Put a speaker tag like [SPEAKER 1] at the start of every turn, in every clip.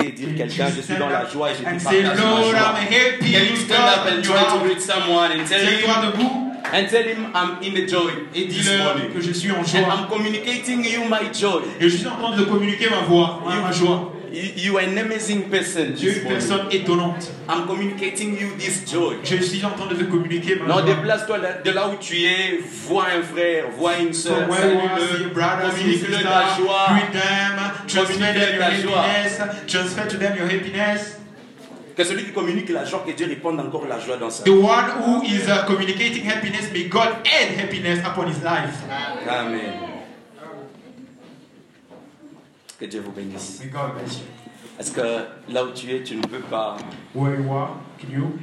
[SPEAKER 1] dire quelqu'un, je suis dans la joie et je
[SPEAKER 2] and
[SPEAKER 1] te
[SPEAKER 2] say,
[SPEAKER 1] partage ma
[SPEAKER 2] Lord,
[SPEAKER 1] joie.
[SPEAKER 2] I'm happy.
[SPEAKER 3] Can you stand up and try to reach someone and tell him,
[SPEAKER 2] Tiens-toi debout
[SPEAKER 3] and tell him I'm in the joy
[SPEAKER 2] et
[SPEAKER 3] this
[SPEAKER 2] dis-le que
[SPEAKER 3] morning.
[SPEAKER 2] je suis en
[SPEAKER 3] And
[SPEAKER 2] joie.
[SPEAKER 3] I'm communicating you my joy.
[SPEAKER 2] Et je suis en train de communiquer ma voix, ma- ma joie.
[SPEAKER 3] You, you are an amazing person.
[SPEAKER 2] Tu es
[SPEAKER 3] This
[SPEAKER 2] une
[SPEAKER 3] morning.
[SPEAKER 2] personne étonnante.
[SPEAKER 3] I'm communicating you this joy.
[SPEAKER 2] Je suis en train de te communiquer ma
[SPEAKER 3] Non,
[SPEAKER 2] joie.
[SPEAKER 3] déplace-toi là- de là où tu es, vois un frère, vois une
[SPEAKER 1] euh,
[SPEAKER 2] So
[SPEAKER 3] soeur,
[SPEAKER 2] where was your
[SPEAKER 3] salue-le,
[SPEAKER 2] brothers and
[SPEAKER 3] communique-le
[SPEAKER 2] sisters?
[SPEAKER 3] ta joie.
[SPEAKER 2] Greet them, transmit them your
[SPEAKER 3] ta joie.
[SPEAKER 2] happiness, transfer to them your happiness.
[SPEAKER 3] Que celui qui communique la joie, que Dieu réponde encore la joie dans sa vie.
[SPEAKER 2] The one who is uh, communicating happiness, may God add happiness upon his life.
[SPEAKER 3] Amen. Que Dieu vous bénisse.
[SPEAKER 2] May God bless you.
[SPEAKER 3] Est-ce que là où tu es, tu ne peux pas,
[SPEAKER 2] Where you are, can you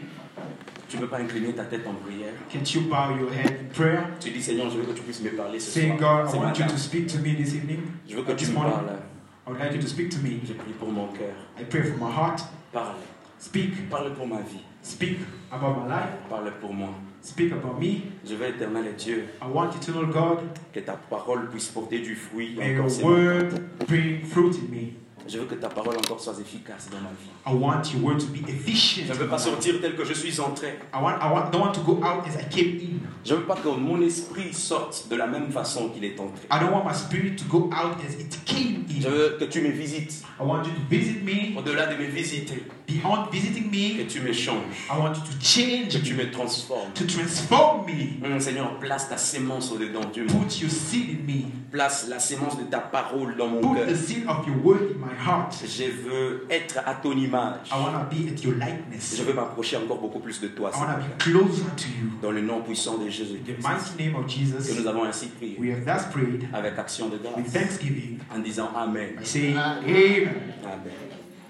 [SPEAKER 3] tu ne peux pas incliner ta tête en prière
[SPEAKER 2] can you bow your head in prayer?
[SPEAKER 3] Tu dis Seigneur, je veux que tu puisses me parler ce
[SPEAKER 2] Say,
[SPEAKER 3] soir.
[SPEAKER 2] God, I
[SPEAKER 3] ce
[SPEAKER 2] want you
[SPEAKER 3] matin.
[SPEAKER 2] to speak to me this evening.
[SPEAKER 3] Je veux que tu
[SPEAKER 2] this
[SPEAKER 3] me
[SPEAKER 2] morning.
[SPEAKER 3] parles.
[SPEAKER 2] I would like you to speak to me.
[SPEAKER 3] Je prie pour mon cœur.
[SPEAKER 2] I pray from my heart.
[SPEAKER 3] Parle.
[SPEAKER 2] Speak.
[SPEAKER 3] Parle pour ma vie.
[SPEAKER 2] Speak about my life.
[SPEAKER 3] Parle pour moi.
[SPEAKER 2] Speak about me.
[SPEAKER 3] Je veux, éternel et Dieu,
[SPEAKER 2] I want you to know, God,
[SPEAKER 3] que ta parole puisse porter du fruit
[SPEAKER 2] may your
[SPEAKER 3] encore. ce matin.
[SPEAKER 2] word bring fruit in me.
[SPEAKER 3] Je veux que ta parole encore soit efficace dans ma vie.
[SPEAKER 2] I want your word to be
[SPEAKER 3] Je
[SPEAKER 2] efficient.
[SPEAKER 3] ne veux pas sortir tel que je suis entré.
[SPEAKER 2] I want, I want, don't want to go out as I came in.
[SPEAKER 3] Je ne veux pas que mon esprit sorte de la même façon qu'il est entré.
[SPEAKER 2] I don't want my spirit to go out as it came
[SPEAKER 3] Je
[SPEAKER 2] in.
[SPEAKER 3] veux que tu me visites.
[SPEAKER 2] I want you to visit me.
[SPEAKER 3] Au-delà de me visiter,
[SPEAKER 2] Beyond visiting
[SPEAKER 3] que
[SPEAKER 2] me,
[SPEAKER 3] tu me changes,
[SPEAKER 2] I want you to change
[SPEAKER 3] que tu
[SPEAKER 2] me,
[SPEAKER 3] me transformes.
[SPEAKER 2] to transform me.
[SPEAKER 3] Hum, Seigneur, place ta sémence au-dedans de moi.
[SPEAKER 2] Put your seed in me.
[SPEAKER 3] Place la sémence de ta parole dans mon
[SPEAKER 2] Put
[SPEAKER 3] cœur.
[SPEAKER 2] the seed of your word in my heart.
[SPEAKER 3] Je veux être à ton image.
[SPEAKER 2] I want to be at your
[SPEAKER 3] Je
[SPEAKER 2] likeness.
[SPEAKER 3] veux m'approcher encore beaucoup plus de toi.
[SPEAKER 2] I want to
[SPEAKER 3] Seigneur.
[SPEAKER 2] be closer to you.
[SPEAKER 3] Dans le nom puissant de
[SPEAKER 2] In the
[SPEAKER 3] Jésus-Christ,
[SPEAKER 2] mighty name of
[SPEAKER 3] que
[SPEAKER 2] Jesus,
[SPEAKER 3] nous avons ainsi prié
[SPEAKER 2] we have thus prayed
[SPEAKER 3] avec action de
[SPEAKER 2] with
[SPEAKER 3] grâce
[SPEAKER 2] thanksgiving
[SPEAKER 3] en disant Amen.
[SPEAKER 2] by saying, Amen.
[SPEAKER 3] Amen.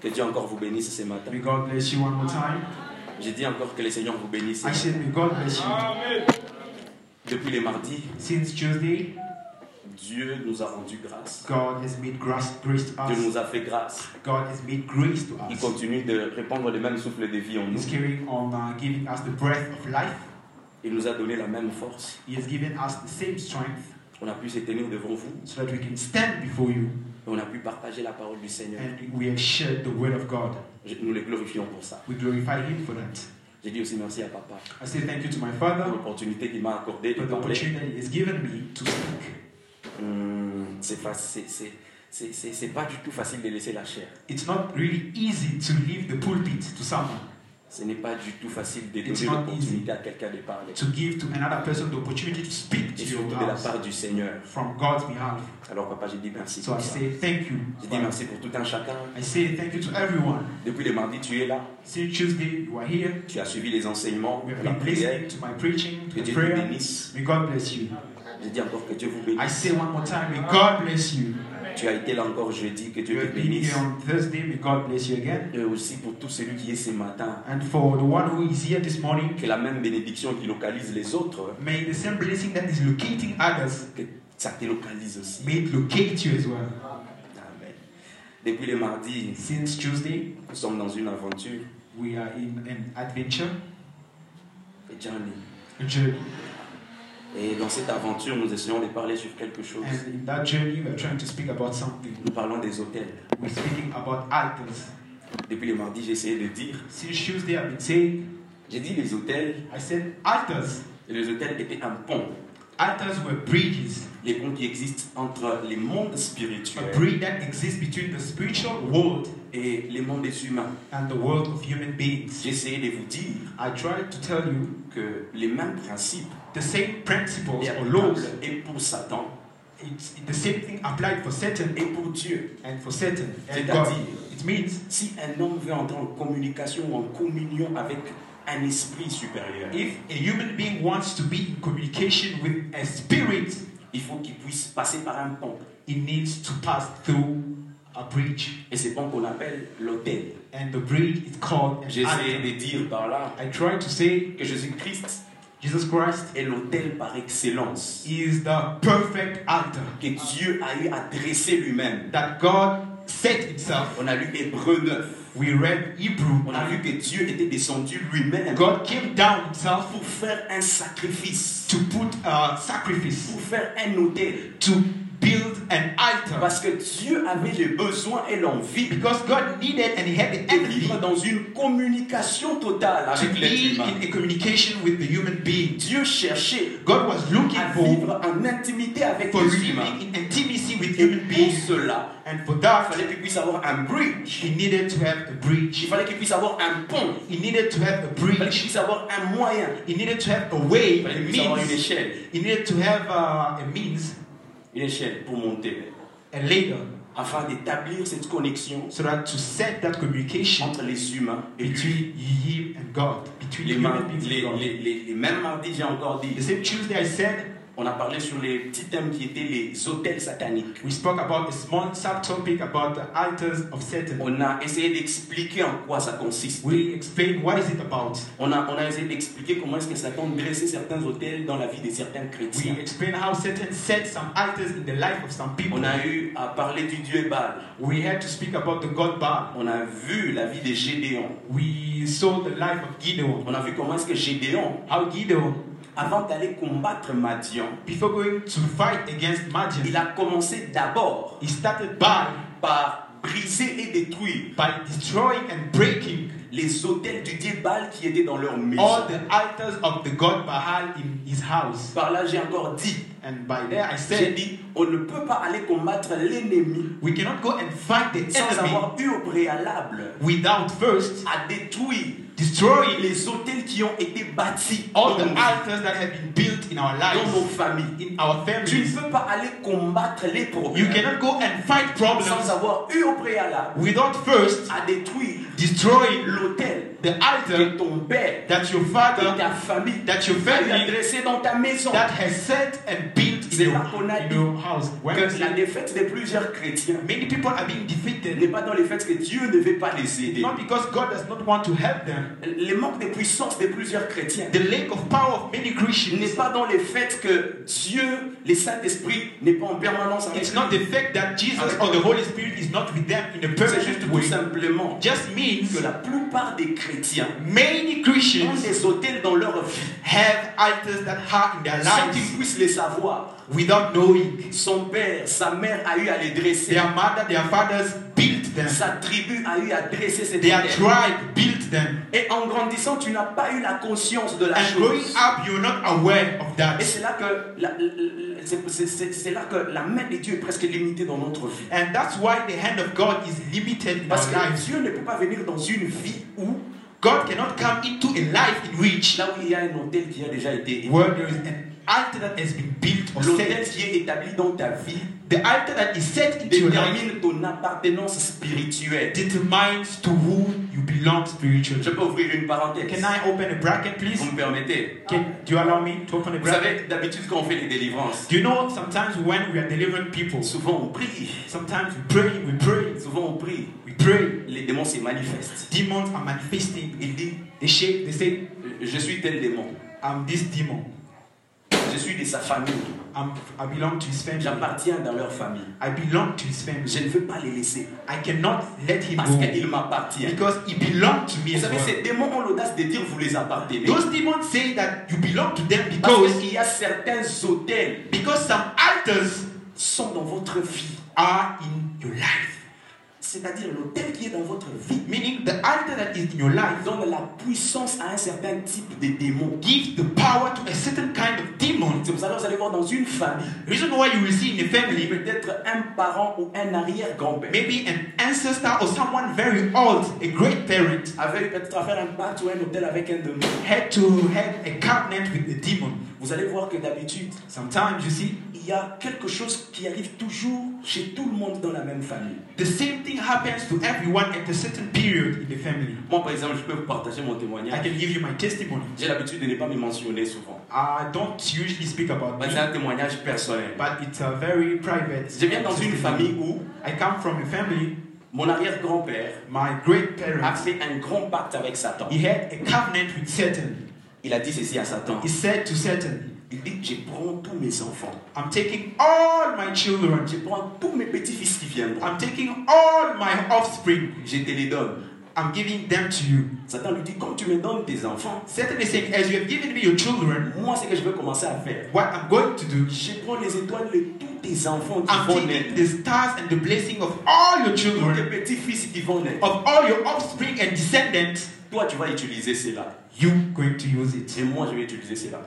[SPEAKER 3] Que Dieu encore vous bénisse ce matin.
[SPEAKER 2] May God bless you one more time.
[SPEAKER 3] J'ai dit encore que le Seigneur vous bénisse.
[SPEAKER 2] I said, May God bless you.
[SPEAKER 3] Depuis les mardis,
[SPEAKER 2] Since Tuesday,
[SPEAKER 3] Dieu nous a rendu grâce.
[SPEAKER 2] God has made grace, grace to
[SPEAKER 3] Dieu
[SPEAKER 2] us.
[SPEAKER 3] nous a fait grâce.
[SPEAKER 2] God has made grace to
[SPEAKER 3] Il
[SPEAKER 2] us.
[SPEAKER 3] continue de répandre le même souffle de vie en nous.
[SPEAKER 2] He's carrying on uh, giving us the breath of life.
[SPEAKER 3] Il nous a donné la même force.
[SPEAKER 2] He has given us the same strength
[SPEAKER 3] On a pu se tenir devant vous.
[SPEAKER 2] so that we can stand before you
[SPEAKER 3] Et on a pu partager la parole du Seigneur.
[SPEAKER 2] and we have shared the word of God.
[SPEAKER 3] Je- Nous le glorifions pour ça.
[SPEAKER 2] We glorify Him for that.
[SPEAKER 3] J'ai dit aussi merci à Papa
[SPEAKER 2] I say thank you to my
[SPEAKER 3] pour
[SPEAKER 2] Father
[SPEAKER 3] l'opportunité qu'il m'a accordée de
[SPEAKER 2] for the
[SPEAKER 3] parler.
[SPEAKER 2] opportunity He's given me to speak.
[SPEAKER 3] Hum, C'est fac- c'est- c'est- c'est- c'est- c'est pas du tout facile de laisser la chair.
[SPEAKER 2] It's not really easy to leave the pulpit to someone,
[SPEAKER 3] Ce n'est pas du tout facile de
[SPEAKER 2] It's
[SPEAKER 3] donner
[SPEAKER 2] not
[SPEAKER 3] l'opportunité à quelqu'un de parler.
[SPEAKER 2] to give to another person the opportunity to speak to
[SPEAKER 3] Et
[SPEAKER 2] your
[SPEAKER 3] surtout de la
[SPEAKER 2] house
[SPEAKER 3] part du Seigneur.
[SPEAKER 2] from God's behalf.
[SPEAKER 3] Alors Papa, j'ai dit merci
[SPEAKER 2] So I
[SPEAKER 3] pour ça.
[SPEAKER 2] say thank you.
[SPEAKER 3] J'ai dit
[SPEAKER 2] Father.
[SPEAKER 3] merci pour tout un chacun.
[SPEAKER 2] I say thank you to everyone.
[SPEAKER 3] Depuis le mardi, tu es là.
[SPEAKER 2] Since Tuesday, you are here.
[SPEAKER 3] Tu as suivi les enseignements,
[SPEAKER 2] We have
[SPEAKER 3] la
[SPEAKER 2] been
[SPEAKER 3] prière.
[SPEAKER 2] listening to my preaching,
[SPEAKER 3] Que
[SPEAKER 2] to the
[SPEAKER 3] Dieu te
[SPEAKER 2] prayer.
[SPEAKER 3] bénisse.
[SPEAKER 2] May God bless you.
[SPEAKER 3] Je dis encore que Dieu vous
[SPEAKER 2] I
[SPEAKER 3] bénisse.
[SPEAKER 2] say one more time, may God bless you.
[SPEAKER 3] Tu as été là encore jeudi. Que
[SPEAKER 2] You
[SPEAKER 3] Dieu
[SPEAKER 2] have
[SPEAKER 3] te
[SPEAKER 2] been
[SPEAKER 3] bénisse.
[SPEAKER 2] here on Thursday, may God bless you again.
[SPEAKER 3] Et aussi pour tout celui qui est ce matin.
[SPEAKER 2] And for the one who is here this morning,
[SPEAKER 3] Que la même bénédiction qui localise les autres,
[SPEAKER 2] may the same blessing that is locating others,
[SPEAKER 3] que ça te localise aussi.
[SPEAKER 2] may it locate you as well.
[SPEAKER 3] Amen. Depuis le mardi,
[SPEAKER 2] Since Tuesday,
[SPEAKER 3] nous sommes dans une aventure.
[SPEAKER 2] we are in an adventure,
[SPEAKER 3] Et Johnny.
[SPEAKER 2] a journey.
[SPEAKER 3] Et dans cette aventure, nous essayons de parler sur quelque chose.
[SPEAKER 2] And in that journey, we are trying to speak about something.
[SPEAKER 3] Nous parlons des hôtels.
[SPEAKER 2] We're speaking about idols.
[SPEAKER 3] Depuis le mardi, j'ai essayé de dire.
[SPEAKER 2] Since Tuesday, I've been saying,
[SPEAKER 3] J'ai dit les hôtels.
[SPEAKER 2] I said idols.
[SPEAKER 3] Et les hôtels étaient un pont.
[SPEAKER 2] Idols were bridges,
[SPEAKER 3] Les ponts qui existent entre les mondes
[SPEAKER 2] a
[SPEAKER 3] spirituels
[SPEAKER 2] bridge that exists between the spiritual world
[SPEAKER 3] et les mondes des humains.
[SPEAKER 2] and the world of human beings.
[SPEAKER 3] J'ai essayé de vous dire
[SPEAKER 2] I tried to tell you
[SPEAKER 3] que les mêmes principes
[SPEAKER 2] the same principles
[SPEAKER 3] sont
[SPEAKER 2] or
[SPEAKER 3] l'autre
[SPEAKER 2] laws.
[SPEAKER 3] et pour Satan
[SPEAKER 2] It's the same thing applied for Satan
[SPEAKER 3] et pour Dieu.
[SPEAKER 2] and for Satan and God.
[SPEAKER 3] C'est-à-dire,
[SPEAKER 2] It means
[SPEAKER 3] si un homme veut entrer en communication ou en communion avec un esprit supérieur,
[SPEAKER 2] if a human being wants to be in communication with a spirit,
[SPEAKER 3] il faut qu'il puisse passer par un pont.
[SPEAKER 2] it needs to pass through a bridge,
[SPEAKER 3] Et c'est pont qu'on appelle l'autel.
[SPEAKER 2] and the bridge is called an
[SPEAKER 3] J'essaie
[SPEAKER 2] altar.
[SPEAKER 3] de dire par là
[SPEAKER 2] I try to say
[SPEAKER 3] que Jésus-Christ
[SPEAKER 2] Jesus Christ
[SPEAKER 3] est l'autel par excellence
[SPEAKER 2] is the perfect altar
[SPEAKER 3] que Dieu a eu à dresser lui-même.
[SPEAKER 2] that God set Himself.
[SPEAKER 3] On a lu Hébreu 9.
[SPEAKER 2] We read Hebrew.
[SPEAKER 3] On a vu que Dieu était descendu lui-même
[SPEAKER 2] God came down Himself
[SPEAKER 3] pour faire un sacrifice,
[SPEAKER 2] to put a sacrifice
[SPEAKER 3] pour faire un autel.
[SPEAKER 2] to build an altar.
[SPEAKER 3] Parce que Dieu avait le besoin et l'envie
[SPEAKER 2] Because God needed and He had the
[SPEAKER 3] de
[SPEAKER 2] envy
[SPEAKER 3] vivre dans une communication totale
[SPEAKER 2] to
[SPEAKER 3] avec l'être
[SPEAKER 2] be
[SPEAKER 3] humain.
[SPEAKER 2] in a communication with the human being.
[SPEAKER 3] Dieu cherchait
[SPEAKER 2] God was looking
[SPEAKER 3] à
[SPEAKER 2] for,
[SPEAKER 3] vivre en intimité avec
[SPEAKER 2] for
[SPEAKER 3] les
[SPEAKER 2] living
[SPEAKER 3] humains.
[SPEAKER 2] in intimacy with
[SPEAKER 3] Et
[SPEAKER 2] human
[SPEAKER 3] pour
[SPEAKER 2] beings.
[SPEAKER 3] cela,
[SPEAKER 2] And for
[SPEAKER 3] il
[SPEAKER 2] that,
[SPEAKER 3] fallait qu'il puisse avoir un bridge.
[SPEAKER 2] He needed to have a
[SPEAKER 3] Il
[SPEAKER 2] bridge.
[SPEAKER 3] fallait qu'il puisse avoir un pont.
[SPEAKER 2] He needed to have a
[SPEAKER 3] Il fallait qu'il
[SPEAKER 2] bridge.
[SPEAKER 3] puisse avoir un moyen.
[SPEAKER 2] He needed to have a way,
[SPEAKER 3] Il
[SPEAKER 2] a
[SPEAKER 3] fallait qu'il puisse avoir une
[SPEAKER 2] means.
[SPEAKER 3] échelle.
[SPEAKER 2] He needed to have uh, a means,
[SPEAKER 3] Une échelle pour monter.
[SPEAKER 2] a ladder,
[SPEAKER 3] Afin d'établir cette connexion
[SPEAKER 2] so that to set that communication
[SPEAKER 3] entre les humains et puis
[SPEAKER 2] between him and God, between
[SPEAKER 3] les,
[SPEAKER 2] human
[SPEAKER 3] mardis-
[SPEAKER 2] beings
[SPEAKER 3] les,
[SPEAKER 2] and God.
[SPEAKER 3] les- les- les mêmes mardis, j'ai encore dit,
[SPEAKER 2] The same Tuesday I said,
[SPEAKER 3] on a parlé sur les petits thèmes qui étaient les hôtels sataniques.
[SPEAKER 2] we spoke about a small subtopic about the altars of Satan.
[SPEAKER 3] On a essayé d'expliquer en quoi ça consiste.
[SPEAKER 2] We explained what is it about.
[SPEAKER 3] On a, on a essayé d'expliquer comment est-ce que Satan dressait certains hôtels dans la vie de certains chrétiens.
[SPEAKER 2] We explained how Satan set some altars in the life of some people.
[SPEAKER 3] On a eu à parler du dieu Baal.
[SPEAKER 2] We had to speak about the God Baal.
[SPEAKER 3] On a vu la vie de Gédéon.
[SPEAKER 2] We saw the life of Gideon.
[SPEAKER 3] On a vu comment est-ce que Gédéon,
[SPEAKER 2] How Gideon,
[SPEAKER 3] avant d'aller combattre Madian,
[SPEAKER 2] before going to fight against
[SPEAKER 3] il
[SPEAKER 2] Madian,
[SPEAKER 3] a commencé d'abord
[SPEAKER 2] he started by
[SPEAKER 3] par briser et détruire
[SPEAKER 2] by destroying and breaking
[SPEAKER 3] les hôtels du dieu Baal qui étaient dans leur maison.
[SPEAKER 2] all the altars of the God Baal in his house.
[SPEAKER 3] Par là, j'ai encore dit,
[SPEAKER 2] And by there Eh, I
[SPEAKER 3] j'ai
[SPEAKER 2] said,
[SPEAKER 3] dit, on ne peut pas aller combattre l'ennemi
[SPEAKER 2] we cannot go and fight the
[SPEAKER 3] sans
[SPEAKER 2] enemy
[SPEAKER 3] avoir eu au préalable
[SPEAKER 2] without first
[SPEAKER 3] à détruire
[SPEAKER 2] destroying
[SPEAKER 3] les hôtels qui ont été bâtis
[SPEAKER 2] all
[SPEAKER 3] dans
[SPEAKER 2] the
[SPEAKER 3] nos vies,
[SPEAKER 2] altars that have been built in our
[SPEAKER 3] dans nos
[SPEAKER 2] lives,
[SPEAKER 3] familles.
[SPEAKER 2] in our
[SPEAKER 3] Tu
[SPEAKER 2] families.
[SPEAKER 3] ne peux pas aller combattre les
[SPEAKER 2] You
[SPEAKER 3] problèmes
[SPEAKER 2] cannot go and fight
[SPEAKER 3] sans
[SPEAKER 2] problems
[SPEAKER 3] avoir eu au préalable
[SPEAKER 2] without first
[SPEAKER 3] à détruire
[SPEAKER 2] destroying
[SPEAKER 3] l'hôtel
[SPEAKER 2] the
[SPEAKER 3] que
[SPEAKER 2] altar
[SPEAKER 3] ton père
[SPEAKER 2] that your
[SPEAKER 3] et
[SPEAKER 2] father,
[SPEAKER 3] ta famille
[SPEAKER 2] that your
[SPEAKER 3] a eu
[SPEAKER 2] family,
[SPEAKER 3] adressé dans ta maison.
[SPEAKER 2] that has set and built in
[SPEAKER 3] C'est
[SPEAKER 2] your,
[SPEAKER 3] là qu'on a
[SPEAKER 2] in
[SPEAKER 3] dit
[SPEAKER 2] your house. When I
[SPEAKER 3] Que la
[SPEAKER 2] say
[SPEAKER 3] défaite de plusieurs chrétiens
[SPEAKER 2] many people are being
[SPEAKER 3] n'est
[SPEAKER 2] defeated,
[SPEAKER 3] pas dans le fait que Dieu ne veut pas les aider.
[SPEAKER 2] not because God does not want to help them,
[SPEAKER 3] Le manque de puissance de plusieurs chrétiens
[SPEAKER 2] The lack of power of many
[SPEAKER 3] n'est
[SPEAKER 2] Christians
[SPEAKER 3] pas dans le fait que Dieu, le Saint-Esprit, n'est pas en permanence avec
[SPEAKER 2] It's not
[SPEAKER 3] eux.
[SPEAKER 2] the fact that Jesus or the Holy Spirit is not with them in a
[SPEAKER 3] C'est juste
[SPEAKER 2] perfect
[SPEAKER 3] tout
[SPEAKER 2] way.
[SPEAKER 3] simplement
[SPEAKER 2] Just means
[SPEAKER 3] que la plupart des chrétiens
[SPEAKER 2] many
[SPEAKER 3] ont
[SPEAKER 2] Christians
[SPEAKER 3] des hôtels dans leur vie.
[SPEAKER 2] have altars that are in their
[SPEAKER 3] Sans qu'ils
[SPEAKER 2] lives
[SPEAKER 3] puissent les savoir,
[SPEAKER 2] without knowing.
[SPEAKER 3] son père, sa mère a eu à les dresser.
[SPEAKER 2] Their mother, their fathers built them.
[SPEAKER 3] Sa tribu a eu à dresser cet
[SPEAKER 2] Their
[SPEAKER 3] hôtel.
[SPEAKER 2] tribe built them.
[SPEAKER 3] Et en grandissant, tu n'as pas eu la conscience de la
[SPEAKER 2] And growing
[SPEAKER 3] chose.
[SPEAKER 2] up, you're not aware of
[SPEAKER 3] Et
[SPEAKER 2] that.
[SPEAKER 3] c'est là que la, la- c'est- c'est- c'est- c'est là que la main de Dieu est presque limitée dans notre vie.
[SPEAKER 2] And that's why the hand of God is limited in
[SPEAKER 3] Parce
[SPEAKER 2] our
[SPEAKER 3] que
[SPEAKER 2] lives.
[SPEAKER 3] Dieu ne peut pas venir dans une vie où
[SPEAKER 2] God cannot come into a life in which
[SPEAKER 3] là où il y a un hôtel qui a déjà été établi,
[SPEAKER 2] where there is an altar that has been built or
[SPEAKER 3] l'hôtel
[SPEAKER 2] set.
[SPEAKER 3] qui est établi dans ta vie
[SPEAKER 2] The altar that is set into your life
[SPEAKER 3] détermine ton appartenance spirituelle.
[SPEAKER 2] determines to whom you belong
[SPEAKER 3] Je
[SPEAKER 2] spiritually.
[SPEAKER 3] peux ouvrir une parenthèse.
[SPEAKER 2] Can I open a bracket, please?
[SPEAKER 3] Vous me permettez
[SPEAKER 2] Can, do you allow me to open a
[SPEAKER 3] Vous
[SPEAKER 2] bracket?
[SPEAKER 3] savez, d'habitude quand on fait les délivrances,
[SPEAKER 2] Do you know sometimes when we are delivering people,
[SPEAKER 3] souvent on prie,
[SPEAKER 2] sometimes we pray, we pray,
[SPEAKER 3] souvent on prie,
[SPEAKER 2] we pray.
[SPEAKER 3] les démons se manifestent.
[SPEAKER 2] Demons are manifesting.
[SPEAKER 3] Il dit,
[SPEAKER 2] They shake, they say,
[SPEAKER 3] je suis tel démon,
[SPEAKER 2] I'm this demon.
[SPEAKER 3] je suis de sa famille,
[SPEAKER 2] I'm, I belong to his family.
[SPEAKER 3] j'appartiens dans leur famille.
[SPEAKER 2] I belong to his family.
[SPEAKER 3] Je ne veux pas les laisser
[SPEAKER 2] I cannot let him
[SPEAKER 3] parce
[SPEAKER 2] go
[SPEAKER 3] qu'ils m'appartiennent.
[SPEAKER 2] because he belongs to me
[SPEAKER 3] Vous
[SPEAKER 2] as
[SPEAKER 3] savez,
[SPEAKER 2] well.
[SPEAKER 3] ces démons ont l'audace de dire vous les appartenez.
[SPEAKER 2] Those demons say that you belong to them
[SPEAKER 3] Parce
[SPEAKER 2] because,
[SPEAKER 3] qu'il y a certains hôtels
[SPEAKER 2] because some altars
[SPEAKER 3] qui sont dans votre vie.
[SPEAKER 2] are in your life.
[SPEAKER 3] C'est-à-dire l'hôtel qui est dans votre vie
[SPEAKER 2] Meaning the altar that is in your life
[SPEAKER 3] donne la puissance à un certain type de démon.
[SPEAKER 2] gives the power to a certain kind of demon.
[SPEAKER 3] C'est pour ça que vous allez voir dans une famille,
[SPEAKER 2] The reason why you will see in a family
[SPEAKER 3] peut-être un parent ou un arrière-grand-père
[SPEAKER 2] maybe an ancestor or someone very old, a great parent,
[SPEAKER 3] avait peut-être à faire un pacte ou un hôtel avec un démon.
[SPEAKER 2] had to have a covenant with the demon.
[SPEAKER 3] Vous allez voir que d'habitude,
[SPEAKER 2] Sometimes you see
[SPEAKER 3] il y a quelque chose qui arrive toujours chez tout le monde dans la même famille.
[SPEAKER 2] the same thing happens to everyone at a certain period in the family.
[SPEAKER 3] Moi, par exemple, je peux vous partager mon
[SPEAKER 2] I
[SPEAKER 3] témoignage.
[SPEAKER 2] can give you my testimony.
[SPEAKER 3] J'ai l'habitude de ne pas me mentionner souvent.
[SPEAKER 2] I don't usually speak about
[SPEAKER 3] Bah, C'est
[SPEAKER 2] me,
[SPEAKER 3] un témoignage personnel.
[SPEAKER 2] but it's a very private.
[SPEAKER 3] Je viens dans une
[SPEAKER 2] testimony.
[SPEAKER 3] famille où
[SPEAKER 2] I come from a family.
[SPEAKER 3] mon arrière-grand-père
[SPEAKER 2] My great
[SPEAKER 3] a
[SPEAKER 2] parents,
[SPEAKER 3] fait un grand pacte avec Satan.
[SPEAKER 2] he had a covenant with Satan.
[SPEAKER 3] Il a dit ceci à Satan.
[SPEAKER 2] He said to Satan,
[SPEAKER 3] Il dit, je prends tous mes enfants.
[SPEAKER 2] I'm taking all my children,
[SPEAKER 3] Je prends tous mes petits-fils qui viendront.
[SPEAKER 2] I'm taking all my offspring,
[SPEAKER 3] Je te les donne.
[SPEAKER 2] I'm giving them to you.
[SPEAKER 3] Satan lui dit, comme tu me donnes tes enfants,
[SPEAKER 2] Satan is saying, as you have given me your children,
[SPEAKER 3] moi, ce que je vais commencer à faire,
[SPEAKER 2] what I'm going to do,
[SPEAKER 3] je prends les étoiles de tous tes enfants qui
[SPEAKER 2] I'm
[SPEAKER 3] vont naître,
[SPEAKER 2] taking the stars and the blessing of all your
[SPEAKER 3] tous tes
[SPEAKER 2] children,
[SPEAKER 3] petits-fils qui vont naître.
[SPEAKER 2] of all your offspring and descendants.
[SPEAKER 3] Toi, tu vas utiliser cela.
[SPEAKER 2] You going to use it.
[SPEAKER 3] Et moi, je vais utiliser cela.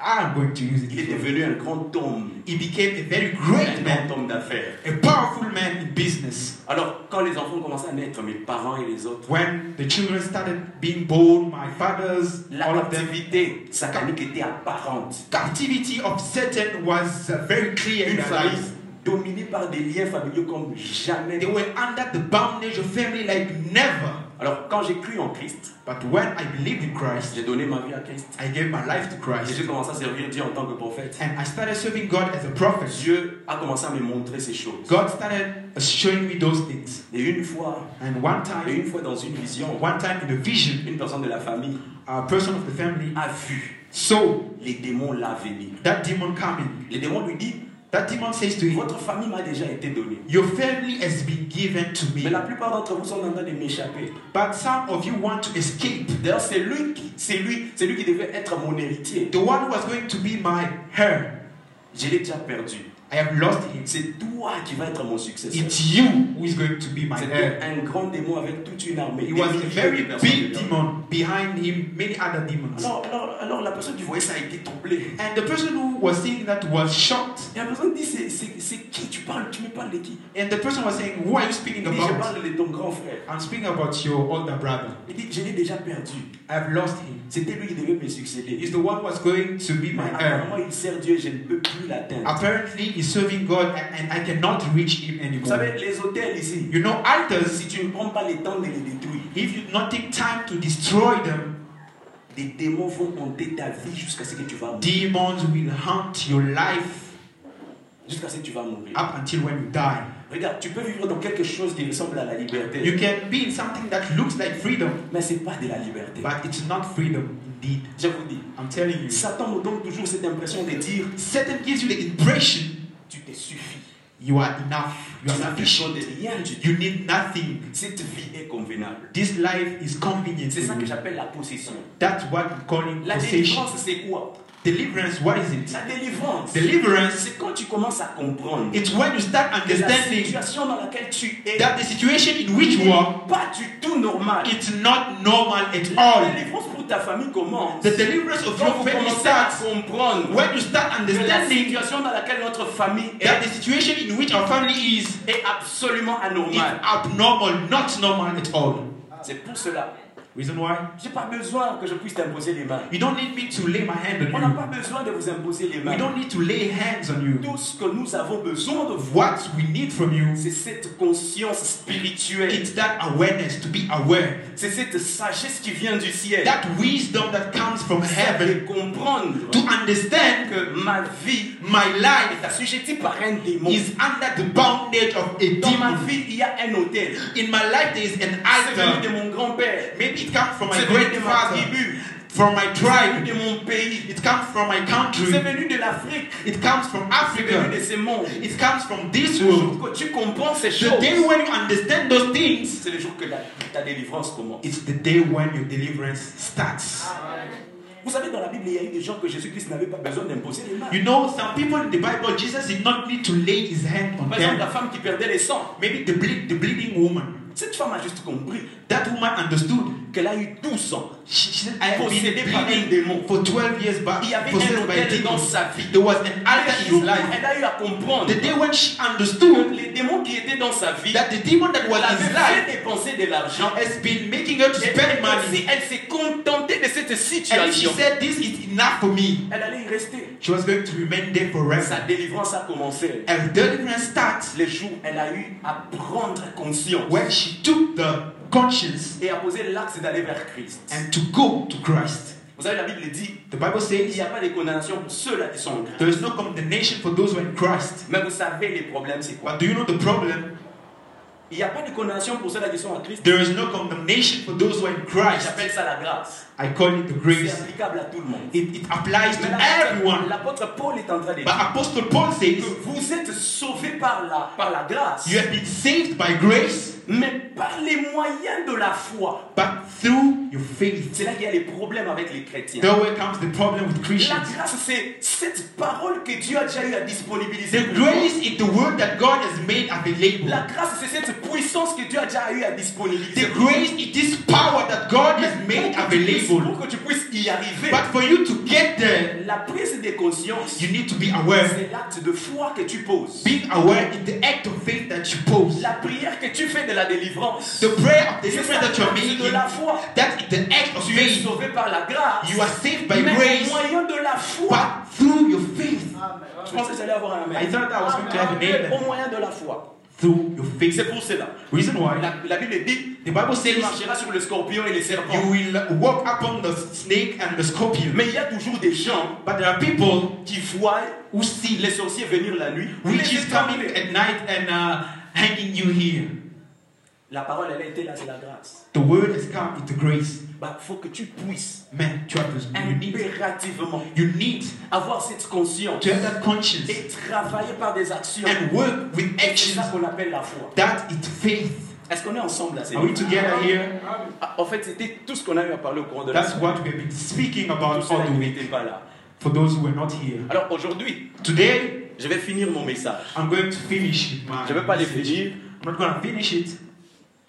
[SPEAKER 2] I'm going to use
[SPEAKER 3] Il est
[SPEAKER 2] it.
[SPEAKER 3] devenu un grand homme,
[SPEAKER 2] He became a very
[SPEAKER 3] un
[SPEAKER 2] great man,
[SPEAKER 3] grand homme d'affaires.
[SPEAKER 2] a powerful man in business.
[SPEAKER 3] Alors, quand les enfants commençaient à naître, mes parents et les autres,
[SPEAKER 2] When the children started being born, my fathers,
[SPEAKER 3] la
[SPEAKER 2] all of them,
[SPEAKER 3] captivité satanique était apparente.
[SPEAKER 2] captivity of Satan was uh, very clear in
[SPEAKER 3] Une
[SPEAKER 2] their
[SPEAKER 3] famille
[SPEAKER 2] lives.
[SPEAKER 3] dominée par des liens familiaux comme jamais.
[SPEAKER 2] They were under the bondage of family like never.
[SPEAKER 3] Alors, quand j'ai cru en Christ,
[SPEAKER 2] But when I believed in Christ,
[SPEAKER 3] j'ai donné ma vie à Christ.
[SPEAKER 2] I gave my life to
[SPEAKER 3] Et
[SPEAKER 2] Christ.
[SPEAKER 3] j'ai commencé à servir Dieu en tant que prophète.
[SPEAKER 2] And I started serving God as a prophet.
[SPEAKER 3] Dieu a commencé à me montrer ces choses.
[SPEAKER 2] God started showing me those things.
[SPEAKER 3] Et une fois,
[SPEAKER 2] And one
[SPEAKER 3] et
[SPEAKER 2] time,
[SPEAKER 3] une fois dans une vision,
[SPEAKER 2] one time in a vision,
[SPEAKER 3] une personne de la famille
[SPEAKER 2] a person of the family
[SPEAKER 3] a vu
[SPEAKER 2] saw
[SPEAKER 3] les démons là venir.
[SPEAKER 2] that demon coming.
[SPEAKER 3] Les démons lui disent
[SPEAKER 2] That demon says to him,
[SPEAKER 3] Votre famille m'a déjà été donnée.
[SPEAKER 2] Your family has been given to
[SPEAKER 3] Mais
[SPEAKER 2] me.
[SPEAKER 3] la plupart d'entre vous sont en train de m'échapper.
[SPEAKER 2] But some of you want to escape.
[SPEAKER 3] D'ailleurs, c'est lui, qui- c'est lui, c'est lui qui devait être mon héritier.
[SPEAKER 2] The one who was going to be my heir,
[SPEAKER 3] Je l'ai déjà perdu.
[SPEAKER 2] I have lost him.
[SPEAKER 3] C'est toi qui vas être mon successeur.
[SPEAKER 2] It's you who is going to be my
[SPEAKER 3] C'était
[SPEAKER 2] heir.
[SPEAKER 3] un grand démon avec toute une armée.
[SPEAKER 2] Eh. It
[SPEAKER 3] Des
[SPEAKER 2] was a
[SPEAKER 3] milliers
[SPEAKER 2] very
[SPEAKER 3] de personnes
[SPEAKER 2] big
[SPEAKER 3] dedans.
[SPEAKER 2] demon behind him, many other demons.
[SPEAKER 3] Alors, alors, alors, la personne qui voyait ça a été troublée.
[SPEAKER 2] And the person who was seeing that was shocked.
[SPEAKER 3] Et la personne dit C'est c'est- c'est qui tu parles Tu me parles de qui
[SPEAKER 2] And the person was saying, Who are you speaking
[SPEAKER 3] Il dit Je
[SPEAKER 2] about?
[SPEAKER 3] parle de ton grand frère.
[SPEAKER 2] I'm speaking about your older brother.
[SPEAKER 3] Il dit Je l'ai déjà perdu.
[SPEAKER 2] I've lost him.
[SPEAKER 3] C'était lui qui devait me succéder.
[SPEAKER 2] He's the one who was going to
[SPEAKER 3] Mais
[SPEAKER 2] be my heir.
[SPEAKER 3] apparemment, il sert Dieu, je ne peux plus
[SPEAKER 2] Ah.
[SPEAKER 3] l'atteindre.
[SPEAKER 2] Apparently, he's serving God and, and I cannot reach him
[SPEAKER 3] Vous
[SPEAKER 2] anymore.
[SPEAKER 3] savez, les hôtels ici,
[SPEAKER 2] You know, altars,
[SPEAKER 3] si tu ne prends pas le temps de les détruire,
[SPEAKER 2] if you do not take time to destroy them,
[SPEAKER 3] des démons vont hanter ta vie jusqu'à ce que tu vas mourir.
[SPEAKER 2] demons will haunt your life
[SPEAKER 3] Jusqu'à ce que tu vas mourir.
[SPEAKER 2] up until when you die.
[SPEAKER 3] Regarde, tu peux vivre dans quelque chose qui ressemble à la
[SPEAKER 2] You
[SPEAKER 3] liberté,
[SPEAKER 2] can be in something that looks like freedom,
[SPEAKER 3] mais ce n'est pas de la liberté.
[SPEAKER 2] but it's not freedom indeed.
[SPEAKER 3] Je vous dis,
[SPEAKER 2] I'm telling you.
[SPEAKER 3] Satan me donne toujours cette impression de dire
[SPEAKER 2] Satan gives you the impression
[SPEAKER 3] Tu te suffis.
[SPEAKER 2] you are enough,
[SPEAKER 3] Tu
[SPEAKER 2] you are
[SPEAKER 3] n'as besoin
[SPEAKER 2] sufficient,
[SPEAKER 3] de rien de Dieu.
[SPEAKER 2] you need nothing.
[SPEAKER 3] Cette vie est convenable.
[SPEAKER 2] This life is convenient.
[SPEAKER 3] C'est ça
[SPEAKER 2] to
[SPEAKER 3] que
[SPEAKER 2] you.
[SPEAKER 3] j'appelle la possession.
[SPEAKER 2] That's what we call it
[SPEAKER 3] La
[SPEAKER 2] possession.
[SPEAKER 3] délivrance, c'est quoi
[SPEAKER 2] Deliverance, what is it?
[SPEAKER 3] La délivrance,
[SPEAKER 2] Deliverance,
[SPEAKER 3] c'est quand tu commences à comprendre
[SPEAKER 2] it's when you start
[SPEAKER 3] que la
[SPEAKER 2] understanding
[SPEAKER 3] situation dans laquelle tu es
[SPEAKER 2] that the situation in which you are,
[SPEAKER 3] n'est pas du tout normale.
[SPEAKER 2] it's not normal at
[SPEAKER 3] La
[SPEAKER 2] all.
[SPEAKER 3] délivrance pour ta famille commence
[SPEAKER 2] The deliverance of
[SPEAKER 3] quand
[SPEAKER 2] your
[SPEAKER 3] vous
[SPEAKER 2] family
[SPEAKER 3] commencez à
[SPEAKER 2] starts
[SPEAKER 3] comprendre
[SPEAKER 2] when you start
[SPEAKER 3] que la
[SPEAKER 2] understanding
[SPEAKER 3] situation dans laquelle notre famille
[SPEAKER 2] that
[SPEAKER 3] est
[SPEAKER 2] the situation in which our family is
[SPEAKER 3] est absolument
[SPEAKER 2] is
[SPEAKER 3] anormale.
[SPEAKER 2] abnormal, not normal at all.
[SPEAKER 3] C'est pour cela.
[SPEAKER 2] Reason why?
[SPEAKER 3] J'ai pas besoin que je puisse t'imposer les mains.
[SPEAKER 2] You don't need me to lay my hand
[SPEAKER 3] On n'a
[SPEAKER 2] on you.
[SPEAKER 3] pas besoin de vous imposer les
[SPEAKER 2] We
[SPEAKER 3] mains.
[SPEAKER 2] don't need to lay hands on you.
[SPEAKER 3] Tout ce que nous avons besoin de vous,
[SPEAKER 2] What we need from you
[SPEAKER 3] c'est cette conscience spirituelle.
[SPEAKER 2] is that awareness, to be aware.
[SPEAKER 3] C'est cette sagesse qui vient du ciel.
[SPEAKER 2] That wisdom that comes from
[SPEAKER 3] C'est
[SPEAKER 2] heaven
[SPEAKER 3] de comprendre
[SPEAKER 2] to understand
[SPEAKER 3] que ma vie
[SPEAKER 2] my life
[SPEAKER 3] est assujettie par un démon.
[SPEAKER 2] is under the bondage of a
[SPEAKER 3] Dans ma
[SPEAKER 2] demon.
[SPEAKER 3] vie, il y a un hôtel.
[SPEAKER 2] In my life, there is an
[SPEAKER 3] C'est venu
[SPEAKER 2] idol.
[SPEAKER 3] de mon grand-père.
[SPEAKER 2] Maybe it comes from my
[SPEAKER 3] C'est venu de ma
[SPEAKER 2] grandfather,
[SPEAKER 3] tribu.
[SPEAKER 2] from my
[SPEAKER 3] C'est venu
[SPEAKER 2] tribe.
[SPEAKER 3] de mon pays.
[SPEAKER 2] It comes from my
[SPEAKER 3] C'est
[SPEAKER 2] country.
[SPEAKER 3] venu de l'Afrique.
[SPEAKER 2] It comes from
[SPEAKER 3] C'est venu
[SPEAKER 2] Africa.
[SPEAKER 3] de ce monde.
[SPEAKER 2] It comes from this
[SPEAKER 3] Le jour
[SPEAKER 2] world.
[SPEAKER 3] que tu comprends ces
[SPEAKER 2] The
[SPEAKER 3] choses,
[SPEAKER 2] day when you understand those things,
[SPEAKER 3] c'est le jour que la- ta délivrance commence.
[SPEAKER 2] it's the day when your deliverance starts.
[SPEAKER 3] Vous savez, dans la Bible, il y a eu des gens que Jésus-Christ n'avait pas besoin d'imposer les mains.
[SPEAKER 2] You know, some people in the Bible, Jesus did not need to lay his hand on
[SPEAKER 3] Par exemple, la
[SPEAKER 2] them.
[SPEAKER 3] femme qui perdait les sangs.
[SPEAKER 2] Maybe the, ble- the bleeding woman,
[SPEAKER 3] Cette femme a juste compris
[SPEAKER 2] that woman understood.
[SPEAKER 3] qu'elle a eu 12 ans.
[SPEAKER 2] She, she said, I have
[SPEAKER 3] Possédée par un
[SPEAKER 2] been
[SPEAKER 3] démon.
[SPEAKER 2] bleeding for 12 years back,
[SPEAKER 3] Il y avait un
[SPEAKER 2] possessed by
[SPEAKER 3] hôtel dans
[SPEAKER 2] demons.
[SPEAKER 3] sa vie.
[SPEAKER 2] There was an
[SPEAKER 3] Le
[SPEAKER 2] altar in
[SPEAKER 3] jour
[SPEAKER 2] his
[SPEAKER 3] où
[SPEAKER 2] Ah, life.
[SPEAKER 3] elle a eu à comprendre
[SPEAKER 2] The day when she
[SPEAKER 3] que
[SPEAKER 2] understood
[SPEAKER 3] les démons qui étaient dans sa vie
[SPEAKER 2] that the demon that was his
[SPEAKER 3] l'avaient
[SPEAKER 2] life
[SPEAKER 3] fait dépenser de l'argent.
[SPEAKER 2] has been making her to
[SPEAKER 3] Et
[SPEAKER 2] spend
[SPEAKER 3] comme
[SPEAKER 2] money.
[SPEAKER 3] si elle s'est contentée de cette
[SPEAKER 2] And she
[SPEAKER 3] situation,
[SPEAKER 2] said, This is enough for me.
[SPEAKER 3] elle allait y rester.
[SPEAKER 2] She was going to remain there
[SPEAKER 3] Sa
[SPEAKER 2] forever.
[SPEAKER 3] délivrance a commencé.
[SPEAKER 2] And the deliverance starts
[SPEAKER 3] Le jour où elle a eu à prendre conscience
[SPEAKER 2] when she took the conscience
[SPEAKER 3] et à poser l'axe d'aller vers Christ.
[SPEAKER 2] and to go to Christ.
[SPEAKER 3] Vous savez, la Bible dit
[SPEAKER 2] The Bible
[SPEAKER 3] Il
[SPEAKER 2] says
[SPEAKER 3] n'y a pas de condamnation pour ceux-là qui sont en Christ.
[SPEAKER 2] there is no condemnation for those who are in Christ.
[SPEAKER 3] Mais vous savez, les problèmes, c'est quoi
[SPEAKER 2] But do you know the problem?
[SPEAKER 3] Il n'y a pas de condamnation pour ceux-là qui sont en Christ.
[SPEAKER 2] There is no condemnation for those who are in Christ.
[SPEAKER 3] J'appelle ça la grâce.
[SPEAKER 2] I call it the
[SPEAKER 3] C'est
[SPEAKER 2] grace.
[SPEAKER 3] applicable à tout le monde.
[SPEAKER 2] It, it applies to
[SPEAKER 3] Mais
[SPEAKER 2] everyone. Bah,
[SPEAKER 3] L'apôtre Paul est en train de dire
[SPEAKER 2] But Apostle Paul
[SPEAKER 3] que
[SPEAKER 2] says
[SPEAKER 3] vous êtes sauvés par la, par la grâce.
[SPEAKER 2] you have been saved by grace
[SPEAKER 3] mais par les moyens de la foi.
[SPEAKER 2] but through your
[SPEAKER 3] C'est
[SPEAKER 2] faith.
[SPEAKER 3] là qu'il y a les problèmes avec les chrétiens.
[SPEAKER 2] There where comes the problem with
[SPEAKER 3] La
[SPEAKER 2] Christians.
[SPEAKER 3] grâce, c'est cette parole que Dieu a déjà eu à disponibiliser.
[SPEAKER 2] The
[SPEAKER 3] pour nous.
[SPEAKER 2] grace is the word that God has made available.
[SPEAKER 3] La grâce, c'est cette puissance que Dieu a déjà eu à disponibiliser.
[SPEAKER 2] The grace is this power that God
[SPEAKER 3] Mais
[SPEAKER 2] has made
[SPEAKER 3] pour que tu puisses-
[SPEAKER 2] available.
[SPEAKER 3] Pour que tu puisses y arriver,
[SPEAKER 2] But for you to get there,
[SPEAKER 3] la prise de conscience,
[SPEAKER 2] you need to be aware.
[SPEAKER 3] c'est l'acte de foi que tu poses.
[SPEAKER 2] Being aware is the act of faith that you pose.
[SPEAKER 3] La prière que tu fais de la délivrance,
[SPEAKER 2] The prayer of the
[SPEAKER 3] c'est
[SPEAKER 2] deliverance
[SPEAKER 3] ça,
[SPEAKER 2] that you are
[SPEAKER 3] l'acte de
[SPEAKER 2] making,
[SPEAKER 3] la foi.
[SPEAKER 2] that is the act of
[SPEAKER 3] Tu es
[SPEAKER 2] faith.
[SPEAKER 3] sauvé par la grâce,
[SPEAKER 2] You are saved by
[SPEAKER 3] mais au
[SPEAKER 2] grace,
[SPEAKER 3] moyen de la foi.
[SPEAKER 2] but through your faith.
[SPEAKER 3] Je pensais que j'allais avoir un
[SPEAKER 2] I
[SPEAKER 3] amen.
[SPEAKER 2] thought I was going to have an
[SPEAKER 3] Mais Au
[SPEAKER 2] amen.
[SPEAKER 3] moyen de la foi.
[SPEAKER 2] Through your
[SPEAKER 3] Et
[SPEAKER 2] faith.
[SPEAKER 3] c'est pour cela.
[SPEAKER 2] Reason why
[SPEAKER 3] La, la Bible dit
[SPEAKER 2] the Bible
[SPEAKER 3] tu
[SPEAKER 2] says
[SPEAKER 3] marcheras sur le scorpion et les serpents.
[SPEAKER 2] you will walk upon the snake and the scorpion.
[SPEAKER 3] Mais il y a toujours des gens
[SPEAKER 2] But there are people
[SPEAKER 3] qui voient
[SPEAKER 2] who see
[SPEAKER 3] les sorciers venir la nught,
[SPEAKER 2] which
[SPEAKER 3] les
[SPEAKER 2] is coming
[SPEAKER 3] exterminer.
[SPEAKER 2] at night and uh, hanging you here.
[SPEAKER 3] La parole, elle a été là, c'est la grâce.
[SPEAKER 2] The word has come with the grace.
[SPEAKER 3] Il faut que tu puisses
[SPEAKER 2] Man, tu as besoin.
[SPEAKER 3] Mm.
[SPEAKER 2] You need,
[SPEAKER 3] impérativement
[SPEAKER 2] you need
[SPEAKER 3] avoir cette conscience
[SPEAKER 2] to have that conscience
[SPEAKER 3] et travailler par des actions.
[SPEAKER 2] and work with
[SPEAKER 3] C'est
[SPEAKER 2] actions.
[SPEAKER 3] ça qu'on appelle la foi.
[SPEAKER 2] That is faith.
[SPEAKER 3] Est-ce qu'on est ensemble là
[SPEAKER 2] Are we
[SPEAKER 3] Seigneur
[SPEAKER 2] together here?
[SPEAKER 3] Ah, En fait, c'était tout ce qu'on a eu à parler au cours de la
[SPEAKER 2] That's what we've been speaking
[SPEAKER 3] Tout
[SPEAKER 2] about all
[SPEAKER 3] cela
[SPEAKER 2] the
[SPEAKER 3] qui
[SPEAKER 2] way.
[SPEAKER 3] n'était pas là.
[SPEAKER 2] For those who were not here.
[SPEAKER 3] Alors aujourd'hui,
[SPEAKER 2] Today,
[SPEAKER 3] je vais finir mon message.
[SPEAKER 2] I'm going to finish my
[SPEAKER 3] Je ne vais pas les
[SPEAKER 2] message.
[SPEAKER 3] finir.
[SPEAKER 2] I'm not going to finish it.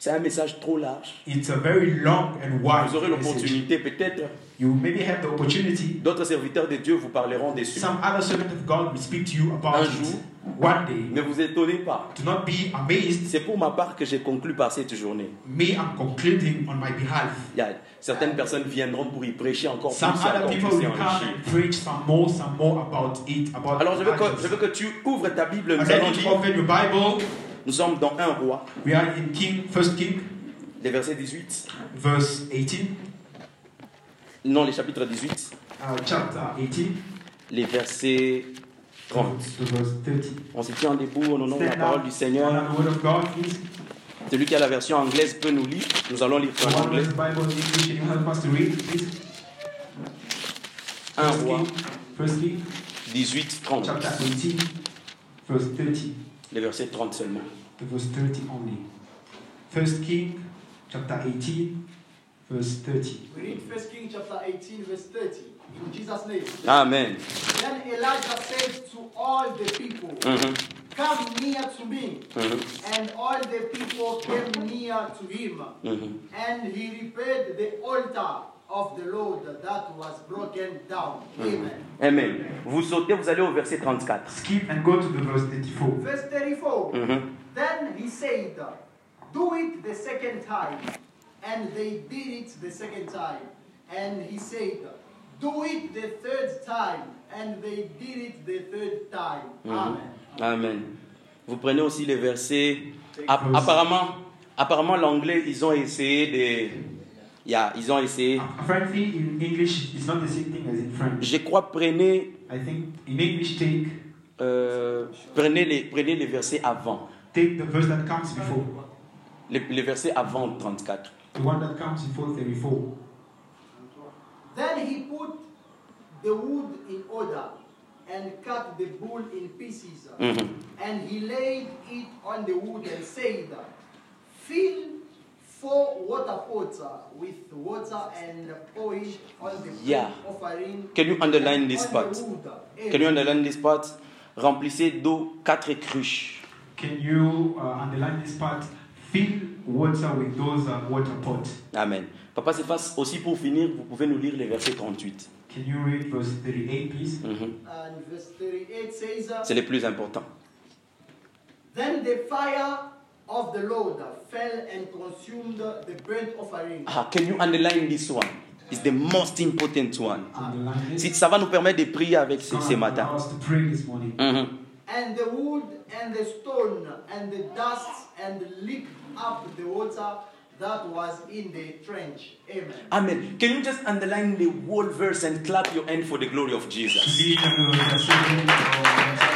[SPEAKER 3] C'est un message trop large.
[SPEAKER 2] It's a very long and wide
[SPEAKER 3] Vous aurez
[SPEAKER 2] message.
[SPEAKER 3] l'opportunité, peut-être,
[SPEAKER 2] You maybe have the opportunity.
[SPEAKER 3] d'autres serviteurs de Dieu vous parleront dessus.
[SPEAKER 2] Some other servant of God will speak to you about
[SPEAKER 3] Un
[SPEAKER 2] it
[SPEAKER 3] jour.
[SPEAKER 2] one day.
[SPEAKER 3] Ne vous étonnez pas.
[SPEAKER 2] Do not be amazed.
[SPEAKER 3] C'est pour ma part que j'ai conclu par cette journée.
[SPEAKER 2] Me, I'm concluding on my behalf.
[SPEAKER 3] Il y a- certaines personnes viendront pour y prêcher encore
[SPEAKER 2] Some
[SPEAKER 3] plus, encore
[SPEAKER 2] other
[SPEAKER 3] plus
[SPEAKER 2] people
[SPEAKER 3] et
[SPEAKER 2] will come
[SPEAKER 3] enrichir.
[SPEAKER 2] and preach some more, some more about it. About
[SPEAKER 3] Alors je veux, que,
[SPEAKER 2] others.
[SPEAKER 3] je veux que tu ouvres ta Bible.
[SPEAKER 2] And
[SPEAKER 3] Nous, allons
[SPEAKER 2] then you
[SPEAKER 3] lire-
[SPEAKER 2] open your Bible.
[SPEAKER 3] nous sommes dans 1 roi,
[SPEAKER 2] We are in King, First King,
[SPEAKER 3] les versets 18.
[SPEAKER 2] verse 18,
[SPEAKER 3] Non, les chapitres 18,
[SPEAKER 2] uh, chapter 18,
[SPEAKER 3] les versets 30.
[SPEAKER 2] to verse 30.
[SPEAKER 3] On se tient debout, on honore la
[SPEAKER 2] Stand
[SPEAKER 3] parole
[SPEAKER 2] up.
[SPEAKER 3] du
[SPEAKER 2] Honor
[SPEAKER 3] Seigneur.
[SPEAKER 2] the word of God, please.
[SPEAKER 3] Celui qui a la version anglaise peut nous lire. Nous allons lire en
[SPEAKER 2] One
[SPEAKER 3] anglais.
[SPEAKER 2] blessed Bible in English, can you help us to read, please?
[SPEAKER 3] 1
[SPEAKER 2] First
[SPEAKER 3] roi,
[SPEAKER 2] King, First King,
[SPEAKER 3] 18, 30.
[SPEAKER 2] chapter 18, verse 30,
[SPEAKER 3] Les versets 30 seulement.
[SPEAKER 2] to verse 30 only. First King, chapter 18, verse 30.
[SPEAKER 4] We read 1 Kings chapter 18, verse 30. In Jesus' name.
[SPEAKER 3] Amen.
[SPEAKER 4] Then Elijah said to all the people,
[SPEAKER 3] Mhm,
[SPEAKER 4] Come near to me.
[SPEAKER 3] mhm,
[SPEAKER 4] And all the people came near to him.
[SPEAKER 3] mhm.
[SPEAKER 4] And he repaired the altar of the Lord that was broken down. Amen.
[SPEAKER 3] Amen. Vous sautez, vous allez au verset 34.
[SPEAKER 2] Skip and go to the verse 34.
[SPEAKER 4] Verse 34.
[SPEAKER 3] Mhm.
[SPEAKER 4] Then he said, Do it the second time. And they did it the second time. And he said, Do it the third time. And they did it the third time.
[SPEAKER 3] Mm-hmm.
[SPEAKER 4] Amen.
[SPEAKER 3] Mhm. Amen. Vous prenez aussi les versets. App- Apparemment, apparemment l'anglais, ils ont essayé de. Yeah, ils ont essayé.
[SPEAKER 2] Frankly, in English, it's not the same thing as in French.
[SPEAKER 3] Je crois prenez,
[SPEAKER 2] I think in English, take
[SPEAKER 3] euh, prenez, les, prenez les versets avant.
[SPEAKER 2] take the verse that comes before,
[SPEAKER 3] Les, les versets avant 34.
[SPEAKER 2] the one that comes before 34.
[SPEAKER 4] Then he put the wood in order and cut the bull in pieces.
[SPEAKER 3] Mhm.
[SPEAKER 4] And he laid it on the wood and said, Fill four water pots with water and pour it on the
[SPEAKER 3] Yeah.
[SPEAKER 4] burnt offering.
[SPEAKER 3] Can you underline
[SPEAKER 4] and
[SPEAKER 3] this
[SPEAKER 4] on
[SPEAKER 3] part?
[SPEAKER 4] the wood."
[SPEAKER 3] Can you underline this part? Remplissez d'eau quatre cruches.
[SPEAKER 2] Can you uh, underline this part? Fill water with those uh, water pots.
[SPEAKER 3] Amen. Papa Séphas, aussi pour finir, vous pouvez nous lire les versets 38.
[SPEAKER 2] Can you read verse 38, please?
[SPEAKER 3] Mhm.
[SPEAKER 4] And verse 38 says,
[SPEAKER 3] C'est les plus importants.
[SPEAKER 4] Then the fire of the Lord fell and consumed the burnt offering.
[SPEAKER 3] Ah, can you underline this one? It's the most important one.
[SPEAKER 2] Underline it.
[SPEAKER 3] Si- ça va nous permettre de prier avec ce,
[SPEAKER 2] God
[SPEAKER 3] ce
[SPEAKER 2] allow
[SPEAKER 3] matin.
[SPEAKER 2] us to pray this morning.
[SPEAKER 3] Mhm.
[SPEAKER 4] And the wood and the stone and the dust and licked up the water that was in the trench. Amen.
[SPEAKER 3] Amen. Can you just underline the whole verse and clap your hand for the glory of Jesus?
[SPEAKER 2] Lead and we will proceed.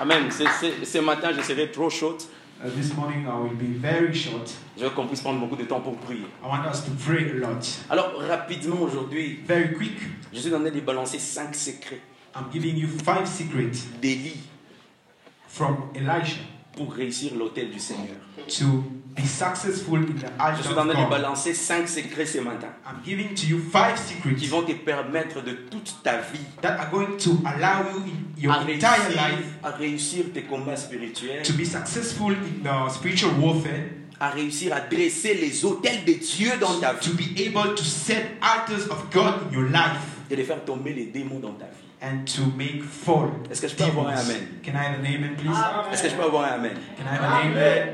[SPEAKER 3] Amen. Ce, ce- ce matin, je serai trop short.
[SPEAKER 2] Uh, this morning I will be very short.
[SPEAKER 3] Je veux qu'on puisse prendre beaucoup de temps pour prier.
[SPEAKER 2] I want us to pray a lot.
[SPEAKER 3] Alors, rapidement aujourd'hui,
[SPEAKER 2] Very quick,
[SPEAKER 3] je suis en train de balancer cinq secrets.
[SPEAKER 2] I'm giving you five secrets
[SPEAKER 3] D'Élie,
[SPEAKER 2] from Elisha,
[SPEAKER 3] pour réussir l'autel du Seigneur.
[SPEAKER 2] to be successful in the
[SPEAKER 3] Je
[SPEAKER 2] eyes
[SPEAKER 3] suis
[SPEAKER 2] of
[SPEAKER 3] en train de
[SPEAKER 2] God.
[SPEAKER 3] balancer cinq secrets ce matin
[SPEAKER 2] I'm giving to you five secrets
[SPEAKER 3] qui vont te permettre de toute ta vie
[SPEAKER 2] that are going to allow you in your
[SPEAKER 3] à
[SPEAKER 2] entire
[SPEAKER 3] réussir,
[SPEAKER 2] life
[SPEAKER 3] à réussir tes combats spirituels,
[SPEAKER 2] to be successful in the spiritual warfare,
[SPEAKER 3] à réussir à dresser les autels de Dieu dans ta vie
[SPEAKER 2] to be able to set altars of God in your life
[SPEAKER 3] et de faire tomber les démons dans ta vie.
[SPEAKER 2] and to make fall.
[SPEAKER 3] Est-ce que je peux avoir un
[SPEAKER 2] demons.
[SPEAKER 3] amen?
[SPEAKER 2] Can I have an amen, please?
[SPEAKER 3] Est-ce que je peux avoir un amen
[SPEAKER 2] Can I have an amen?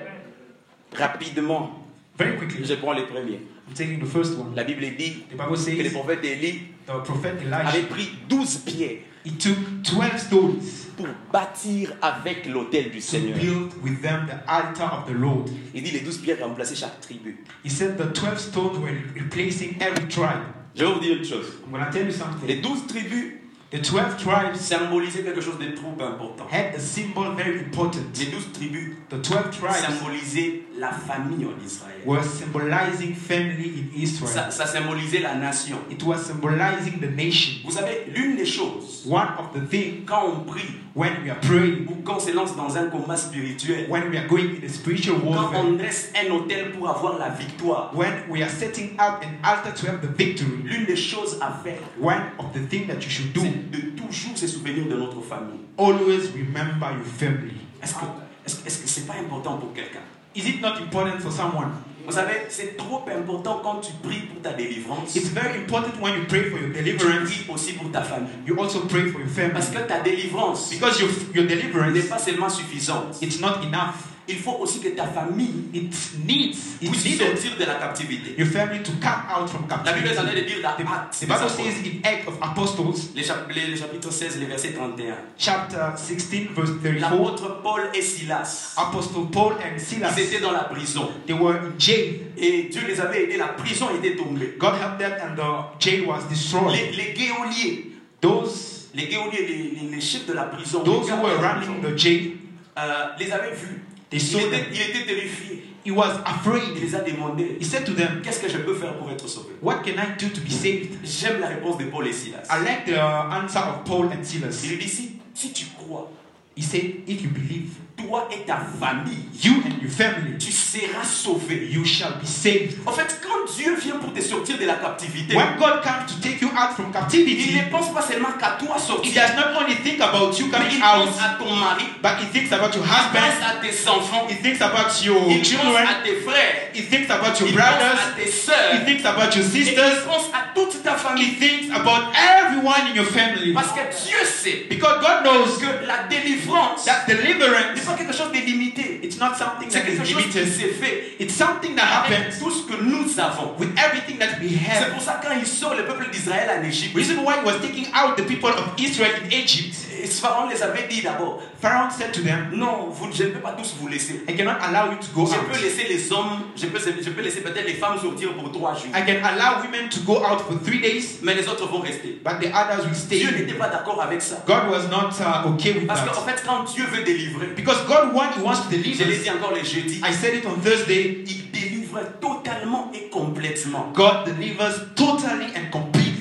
[SPEAKER 3] Rapidement,
[SPEAKER 2] Very quickly,
[SPEAKER 3] je prends les premiers.
[SPEAKER 2] I'm taking the first one.
[SPEAKER 3] La Bible dit
[SPEAKER 2] The Bible
[SPEAKER 3] que le
[SPEAKER 2] says
[SPEAKER 3] prophète Élie
[SPEAKER 2] the prophet
[SPEAKER 3] avait
[SPEAKER 2] Elijah
[SPEAKER 3] pris 12 pierres
[SPEAKER 2] he took 12 stones
[SPEAKER 3] pour bâtir avec l'autel du
[SPEAKER 2] to
[SPEAKER 3] Seigneur.
[SPEAKER 2] build with them the altar of the Lord.
[SPEAKER 3] Il dit les 12 pierres remplaçaient chaque tribu.
[SPEAKER 2] He said the 12 stones were replacing every tribe.
[SPEAKER 3] Je vais vous dire une chose.
[SPEAKER 2] I'm going to tell you
[SPEAKER 3] Les
[SPEAKER 2] something.
[SPEAKER 3] 12 tribus
[SPEAKER 2] The 12 tribes
[SPEAKER 3] symbolisaient quelque chose de trop important.
[SPEAKER 2] had a symbol very important.
[SPEAKER 3] Les 12 tribus
[SPEAKER 2] The 12 tribes
[SPEAKER 3] symbolisaient la famille en Israël.
[SPEAKER 2] were symbolizing family in Israel.
[SPEAKER 3] Ça, ça symbolisait la nation.
[SPEAKER 2] It was symbolizing the nation.
[SPEAKER 3] Vous savez, l'une des choses,
[SPEAKER 2] One of the things
[SPEAKER 3] quand on prie
[SPEAKER 2] when we are praying,
[SPEAKER 3] ou quand on se lance dans un combat spirituel,
[SPEAKER 2] when we are going in the spiritual
[SPEAKER 3] quand on
[SPEAKER 2] warfare,
[SPEAKER 3] dresse un autel pour avoir la victoire,
[SPEAKER 2] when we are setting up an altar to have the victory,
[SPEAKER 3] l'une des choses à faire,
[SPEAKER 2] one of the things that you should do,
[SPEAKER 3] c'est de toujours se souvenir de notre famille.
[SPEAKER 2] always remember your family.
[SPEAKER 3] Est-ce que est-ce que- est-ce que c'est pas important pour quelqu'un
[SPEAKER 2] Is it not important for someone?
[SPEAKER 3] Vous savez, c'est trop important quand tu pries pour ta délivrance.
[SPEAKER 2] It's very important when you pray for your
[SPEAKER 3] Tu
[SPEAKER 2] deliverance,
[SPEAKER 3] pries aussi pour ta famille.
[SPEAKER 2] you also pray for your
[SPEAKER 3] Parce
[SPEAKER 2] family.
[SPEAKER 3] que ta délivrance
[SPEAKER 2] Because your, your
[SPEAKER 3] n'est
[SPEAKER 2] deliverance,
[SPEAKER 3] pas seulement suffisante.
[SPEAKER 2] it's not enough.
[SPEAKER 3] Il faut aussi que ta famille
[SPEAKER 2] It needs, it
[SPEAKER 3] puisse
[SPEAKER 2] needed
[SPEAKER 3] sortir de la captivité.
[SPEAKER 2] your family to come out from
[SPEAKER 3] La Bible est en train de
[SPEAKER 2] captivity.
[SPEAKER 3] dire dans
[SPEAKER 2] The,
[SPEAKER 3] Actes,
[SPEAKER 2] the Bible says in Acts of Apostles,
[SPEAKER 3] les chap- les- le chapitre 16, le verset 31.
[SPEAKER 2] chapter 16, verse 34,
[SPEAKER 3] L'apôtre Paul et Silas,
[SPEAKER 2] Apostle Paul and Silas,
[SPEAKER 3] ils étaient dans la prison.
[SPEAKER 2] they were in jail.
[SPEAKER 3] Et Dieu les avait aidés, la prison était tombée.
[SPEAKER 2] God helped them and the jail was destroyed.
[SPEAKER 3] Les, les geôliers,
[SPEAKER 2] Those,
[SPEAKER 3] les geôliers, les, les- les chefs de la prison,
[SPEAKER 2] those
[SPEAKER 3] les
[SPEAKER 2] who
[SPEAKER 3] gardes
[SPEAKER 2] were
[SPEAKER 3] de la prison,
[SPEAKER 2] running the jail,
[SPEAKER 3] euh, les avaient vus.
[SPEAKER 2] They
[SPEAKER 3] Il
[SPEAKER 2] saw
[SPEAKER 3] était,
[SPEAKER 2] them.
[SPEAKER 3] il était terrifié.
[SPEAKER 2] he was
[SPEAKER 3] Il
[SPEAKER 2] afraid.
[SPEAKER 3] les a demandé,
[SPEAKER 2] He said to them,
[SPEAKER 3] qu'est-ce que je peux faire pour être sauvé
[SPEAKER 2] What can I do to be saved?
[SPEAKER 3] J'aime la réponse de Paul et Silas.
[SPEAKER 2] I like the answer of Paul and
[SPEAKER 3] Il
[SPEAKER 2] Silas.
[SPEAKER 3] lui dit, si, si tu crois,
[SPEAKER 2] He said, If you believe,
[SPEAKER 3] toi et ta famille,
[SPEAKER 2] you and your family,
[SPEAKER 3] tu seras sauvé.
[SPEAKER 2] you shall be saved.
[SPEAKER 3] En fait, quand Dieu vient pour te sortir de la captivité,
[SPEAKER 2] When God comes to take you out from
[SPEAKER 3] il
[SPEAKER 2] captivity,
[SPEAKER 3] ne pense pas seulement qu'à toi
[SPEAKER 2] He
[SPEAKER 3] sortir,
[SPEAKER 2] does not only think about you
[SPEAKER 3] mais
[SPEAKER 2] coming
[SPEAKER 3] il pense
[SPEAKER 2] out,
[SPEAKER 3] à ton mari,
[SPEAKER 2] but He thinks about your
[SPEAKER 3] il pense
[SPEAKER 2] husband,
[SPEAKER 3] à tes enfants,
[SPEAKER 2] He thinks about your
[SPEAKER 3] il pense
[SPEAKER 2] Ben. children,
[SPEAKER 3] à tes frères,
[SPEAKER 2] He thinks about your
[SPEAKER 3] il pense à
[SPEAKER 2] brothers,
[SPEAKER 3] tes
[SPEAKER 2] He
[SPEAKER 3] sœurs,
[SPEAKER 2] thinks about your
[SPEAKER 3] et il
[SPEAKER 2] sisters,
[SPEAKER 3] pense à toute ta
[SPEAKER 2] He
[SPEAKER 3] famille.
[SPEAKER 2] thinks about everyone in your family.
[SPEAKER 3] Parce que Dieu sait
[SPEAKER 2] Because God knows
[SPEAKER 3] que la délivrance
[SPEAKER 2] that
[SPEAKER 3] n'est
[SPEAKER 2] deliverance,
[SPEAKER 3] pas quelque chose de limité.
[SPEAKER 2] it's not something
[SPEAKER 3] C'est
[SPEAKER 2] that
[SPEAKER 3] quelque
[SPEAKER 2] is
[SPEAKER 3] chose qui
[SPEAKER 2] limited,
[SPEAKER 3] s'est fait
[SPEAKER 2] it's something that happens.
[SPEAKER 3] avec tout ce que nous avons.
[SPEAKER 2] with everything that we
[SPEAKER 3] C'est
[SPEAKER 2] have.
[SPEAKER 3] pour ça quand il sort le peuple d'Israël en Égypte,
[SPEAKER 2] Reason why he was taking out the people of Israel in Egypt,
[SPEAKER 3] Et Pharaon les avait dit d'abord,
[SPEAKER 2] Pharaoh said to them,
[SPEAKER 3] non, vous, je ne peux pas tous vous laisser.
[SPEAKER 2] I cannot allow you to go
[SPEAKER 3] Je peux
[SPEAKER 2] out.
[SPEAKER 3] laisser les hommes, je peux, je peux laisser peut-être les femmes sortir pour trois jours,
[SPEAKER 2] I can allow women to go out for three days,
[SPEAKER 3] mais les autres vont rester.
[SPEAKER 2] but the others will
[SPEAKER 3] Dieu
[SPEAKER 2] stay.
[SPEAKER 3] n'était pas d'accord avec ça.
[SPEAKER 2] God was not uh, okay with
[SPEAKER 3] Parce qu'en
[SPEAKER 2] that.
[SPEAKER 3] fait, quand Dieu veut délivrer,
[SPEAKER 2] Because God, one, he wants to
[SPEAKER 3] je
[SPEAKER 2] deliver.
[SPEAKER 3] l'ai
[SPEAKER 2] us.
[SPEAKER 3] dit encore les jeudis,
[SPEAKER 2] I said it on Thursday.
[SPEAKER 3] il délivre totalement et complètement.
[SPEAKER 2] God delivers totally and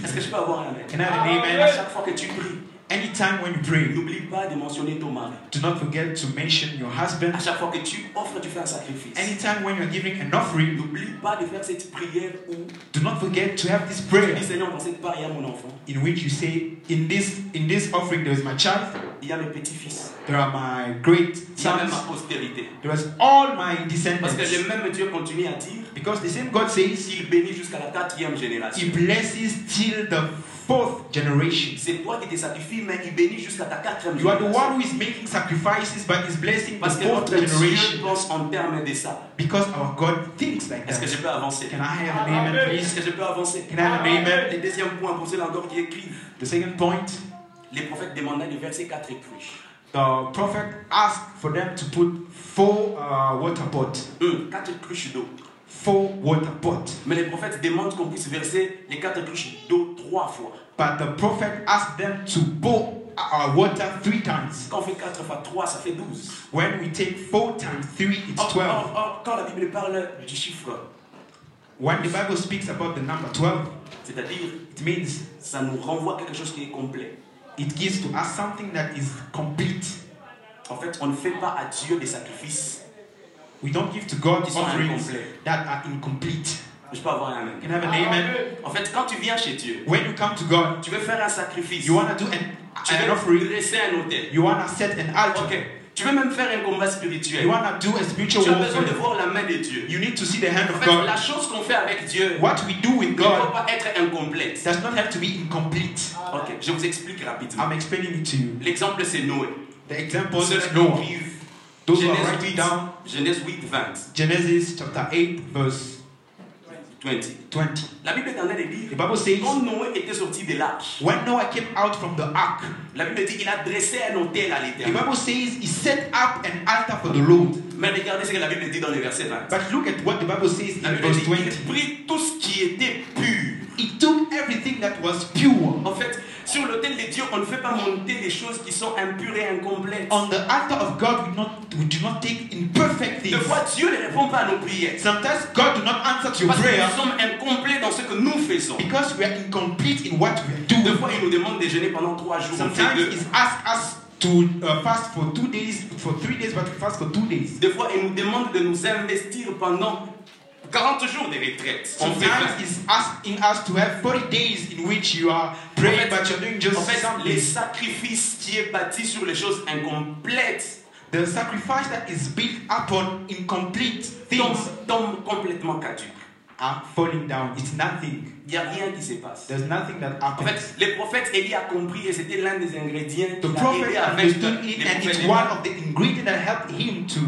[SPEAKER 3] Est-ce que je
[SPEAKER 2] completely.
[SPEAKER 3] peux avoir un amen
[SPEAKER 2] Can I have an
[SPEAKER 3] À
[SPEAKER 2] amen?
[SPEAKER 3] chaque fois que tu pries,
[SPEAKER 2] Anytime when you pray,
[SPEAKER 3] n'oublie pas de mentionner ton mari.
[SPEAKER 2] do not forget to mention your
[SPEAKER 3] À
[SPEAKER 2] husband.
[SPEAKER 3] chaque fois que tu offres, tu fais un sacrifice.
[SPEAKER 2] Anytime when you're giving an offering,
[SPEAKER 3] N'oublie pas de faire cette prière où
[SPEAKER 2] do not forget to have this
[SPEAKER 3] tu
[SPEAKER 2] prayer.
[SPEAKER 3] dis Seigneur, dans cette part, il y a mon enfant,
[SPEAKER 2] in which you say, in this in this offering there is my child,
[SPEAKER 3] il y a mes petits-fils,
[SPEAKER 2] there are my great
[SPEAKER 3] il y a même ma
[SPEAKER 2] sons,
[SPEAKER 3] postérité.
[SPEAKER 2] there is all my
[SPEAKER 3] Parce que le
[SPEAKER 2] descendants.
[SPEAKER 3] même Dieu continue à dire,
[SPEAKER 2] Because the same God says,
[SPEAKER 3] s'il bénit jusqu'à la quatrième génération.
[SPEAKER 2] He blesses till the fourth generation.
[SPEAKER 3] C'est toi qui te sacrifies, mais il bénit jusqu'à ta quatrième
[SPEAKER 2] You are the
[SPEAKER 3] génération.
[SPEAKER 2] one who is making sacrifices, but is blessing the
[SPEAKER 3] Parce que
[SPEAKER 2] fourth
[SPEAKER 3] notre Dieu
[SPEAKER 2] generation.
[SPEAKER 3] pense en termes de ça.
[SPEAKER 2] Because our God thinks like
[SPEAKER 3] Est-ce que
[SPEAKER 2] that.
[SPEAKER 3] je peux avancer
[SPEAKER 2] Can I have an amen,
[SPEAKER 3] Est-ce
[SPEAKER 2] please?
[SPEAKER 3] que je peux avancer
[SPEAKER 2] Can I have an amen?
[SPEAKER 3] Le deuxième point pour ceux encore qui écrivent.
[SPEAKER 2] The second point,
[SPEAKER 3] Les prophètes demandaient le verset 4 et plus.
[SPEAKER 2] the prophet asked for them to put four uh, water pot,
[SPEAKER 3] Hum, quatre cruches d'eau.
[SPEAKER 2] four water pot.
[SPEAKER 3] Mais les prophètes demandent qu'on puisse verser les quatre cruches d'eau trois fois.
[SPEAKER 2] But the prophet asked them to boil our water three times.
[SPEAKER 3] Quand on fait 4 fois 3, ça fait 12.
[SPEAKER 2] When we take four times three,
[SPEAKER 3] Oh,
[SPEAKER 2] it's twelve.
[SPEAKER 3] quand la Bible parle du chiffre,
[SPEAKER 2] When the Bible speaks about the number twelve,
[SPEAKER 3] c'est-à-dire
[SPEAKER 2] it means
[SPEAKER 3] ça nous renvoie à quelque chose qui est complet.
[SPEAKER 2] it gives to us something that is complete.
[SPEAKER 3] En fait, on ne fait pas à Dieu des sacrifices
[SPEAKER 2] We don't give to God
[SPEAKER 3] qui sont
[SPEAKER 2] offerings
[SPEAKER 3] incomplets.
[SPEAKER 2] that are incomplete.
[SPEAKER 3] Je peux avoir un amen.
[SPEAKER 2] Can I have an amen?
[SPEAKER 3] En fait, quand tu viens chez Dieu,
[SPEAKER 2] When you come to God,
[SPEAKER 3] tu veux faire un sacrifice.
[SPEAKER 2] you want to do an,
[SPEAKER 3] tu
[SPEAKER 2] an
[SPEAKER 3] veux
[SPEAKER 2] offering,
[SPEAKER 3] dresser un hôtel.
[SPEAKER 2] you want to set an altar,
[SPEAKER 3] Ok. Tu veux même faire un combat
[SPEAKER 2] you
[SPEAKER 3] spirituel.
[SPEAKER 2] want to do a spiritual
[SPEAKER 3] Tu as besoin de
[SPEAKER 2] warfare.
[SPEAKER 3] voir la main de Dieu.
[SPEAKER 2] You need to see the hand
[SPEAKER 3] En
[SPEAKER 2] of
[SPEAKER 3] fait,
[SPEAKER 2] God.
[SPEAKER 3] la chose qu'on fait avec Dieu
[SPEAKER 2] What we do with
[SPEAKER 3] ne doit
[SPEAKER 2] God
[SPEAKER 3] pas être incomplète.
[SPEAKER 2] does not have to be incomplete.
[SPEAKER 3] Ok, je vous explique rapidement.
[SPEAKER 2] I'm explaining it to you.
[SPEAKER 3] L'exemple, c'est Noé.
[SPEAKER 2] The example
[SPEAKER 3] Ceux
[SPEAKER 2] is
[SPEAKER 3] qui
[SPEAKER 2] Noah.
[SPEAKER 3] vivent
[SPEAKER 2] Those who are
[SPEAKER 3] Genèse
[SPEAKER 2] writing
[SPEAKER 3] 8,
[SPEAKER 2] down
[SPEAKER 3] Genèse 8, 20,
[SPEAKER 2] Genesis chapter 8, verse
[SPEAKER 3] 20.
[SPEAKER 2] 20.
[SPEAKER 3] La Bible est en train de
[SPEAKER 2] The
[SPEAKER 3] dire
[SPEAKER 2] Bible says,
[SPEAKER 3] quand Noé était sorti de l'arche,
[SPEAKER 2] when Noah came out from the ark,
[SPEAKER 3] la Bible dit qu'il a dressé un hôtel à
[SPEAKER 2] the
[SPEAKER 3] l'éternel.
[SPEAKER 2] Bible says he set up an altar for the Lord.
[SPEAKER 3] Mais regardez ce que la Bible dit dans le verset 20.
[SPEAKER 2] But look at what the Bible says in
[SPEAKER 3] La Bible
[SPEAKER 2] verse
[SPEAKER 3] dit
[SPEAKER 2] 20.
[SPEAKER 3] qu'il prit tout ce qui était pur.
[SPEAKER 2] He took everything that was pure.
[SPEAKER 3] En fait, sur l'autel de Dieu, on ne fait pas monter les choses qui sont impures et incomplètes.
[SPEAKER 2] On the altar of God, we, not, we do not take imperfect
[SPEAKER 3] Des
[SPEAKER 2] things.
[SPEAKER 3] fois, Dieu ne répond pas à nos prières.
[SPEAKER 2] Sometimes God do not answer to your
[SPEAKER 3] Parce que
[SPEAKER 2] prayer
[SPEAKER 3] nous sommes incomplets dans ce que nous faisons.
[SPEAKER 2] because we are incomplete in what we are
[SPEAKER 3] Des
[SPEAKER 2] doing.
[SPEAKER 3] fois, il nous demande de jeûner pendant trois jours. on fait deux.
[SPEAKER 2] Sometimes He's asked us to uh, fast for two days, for three days, but we fast for two days.
[SPEAKER 3] Des fois, il nous demande de nous investir pendant 40 jours de retraite. On fait
[SPEAKER 2] Sometimes
[SPEAKER 3] vingt.
[SPEAKER 2] it's asking us to have 40 days in which you are praying,
[SPEAKER 3] En fait,
[SPEAKER 2] but you're doing just
[SPEAKER 3] En fait, les
[SPEAKER 2] something.
[SPEAKER 3] sacrifices qui est bâti sur les choses incomplètes
[SPEAKER 2] The sacrifice that is built upon incomplete
[SPEAKER 3] tombent
[SPEAKER 2] things
[SPEAKER 3] tombent complètement caduques.
[SPEAKER 2] are falling down. It's nothing.
[SPEAKER 3] Il n'y a rien qui se passe.
[SPEAKER 2] There's nothing that
[SPEAKER 3] En
[SPEAKER 2] happens.
[SPEAKER 3] fait, le prophète Élie a compris et c'était l'un des ingrédients
[SPEAKER 2] The
[SPEAKER 3] qui avec
[SPEAKER 2] prophet
[SPEAKER 3] le
[SPEAKER 2] understood it, and
[SPEAKER 3] prophète
[SPEAKER 2] it's
[SPEAKER 3] Élie.
[SPEAKER 2] one of the ingredients that helped him to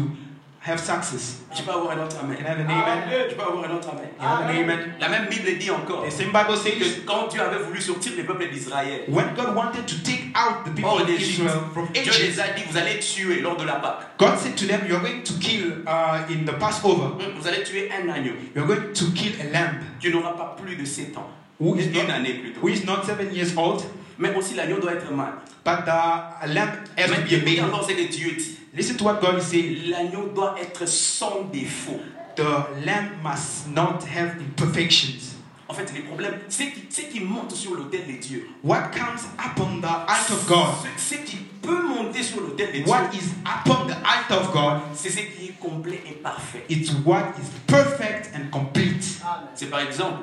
[SPEAKER 2] have success.
[SPEAKER 3] Je peux avoir un autre amen.
[SPEAKER 2] Can I have an amen?
[SPEAKER 3] Je peux avoir un autre amen.
[SPEAKER 2] Can I have an amen?
[SPEAKER 3] La même Bible dit encore
[SPEAKER 2] The same Bible says,
[SPEAKER 3] que quand Dieu avait voulu sortir le peuple d'Israël,
[SPEAKER 2] when God wanted to take out the people
[SPEAKER 3] hors
[SPEAKER 2] of
[SPEAKER 3] d'Égypte,
[SPEAKER 2] Israel from
[SPEAKER 3] Dieu les
[SPEAKER 2] Egypt,
[SPEAKER 3] a dit vous allez tuer lors de la Pâque.
[SPEAKER 2] God said to them, You're going to kill uh, in the Passover,
[SPEAKER 3] Vous allez tuer un agneau.
[SPEAKER 2] you're going to kill a lamb
[SPEAKER 3] Tu n'auras pas plus de 7 ans.
[SPEAKER 2] who is
[SPEAKER 3] Une
[SPEAKER 2] not,
[SPEAKER 3] année plutôt.
[SPEAKER 2] who is not seven years old,
[SPEAKER 3] Mais aussi l'agneau doit être mâle.
[SPEAKER 2] but the lamb has to
[SPEAKER 3] Mais
[SPEAKER 2] be a
[SPEAKER 3] écoutez
[SPEAKER 2] male.
[SPEAKER 3] encore ce que Dieu dit.
[SPEAKER 2] Listen to what God is saying.
[SPEAKER 3] L'agneau doit être sans défaut.
[SPEAKER 2] The lamb must not have imperfections.
[SPEAKER 3] En fait, le problème, c'est qui, c'est qui monte sur l'autel de Dieu.
[SPEAKER 2] What comes upon the altar of God,
[SPEAKER 3] Ce, ce qui peut monter sur l'autel de Dieu,
[SPEAKER 2] what is upon the altar of God,
[SPEAKER 3] c'est ce qui est complet et parfait.
[SPEAKER 2] it's what is perfect and complete.
[SPEAKER 4] Amen.
[SPEAKER 3] C'est par exemple,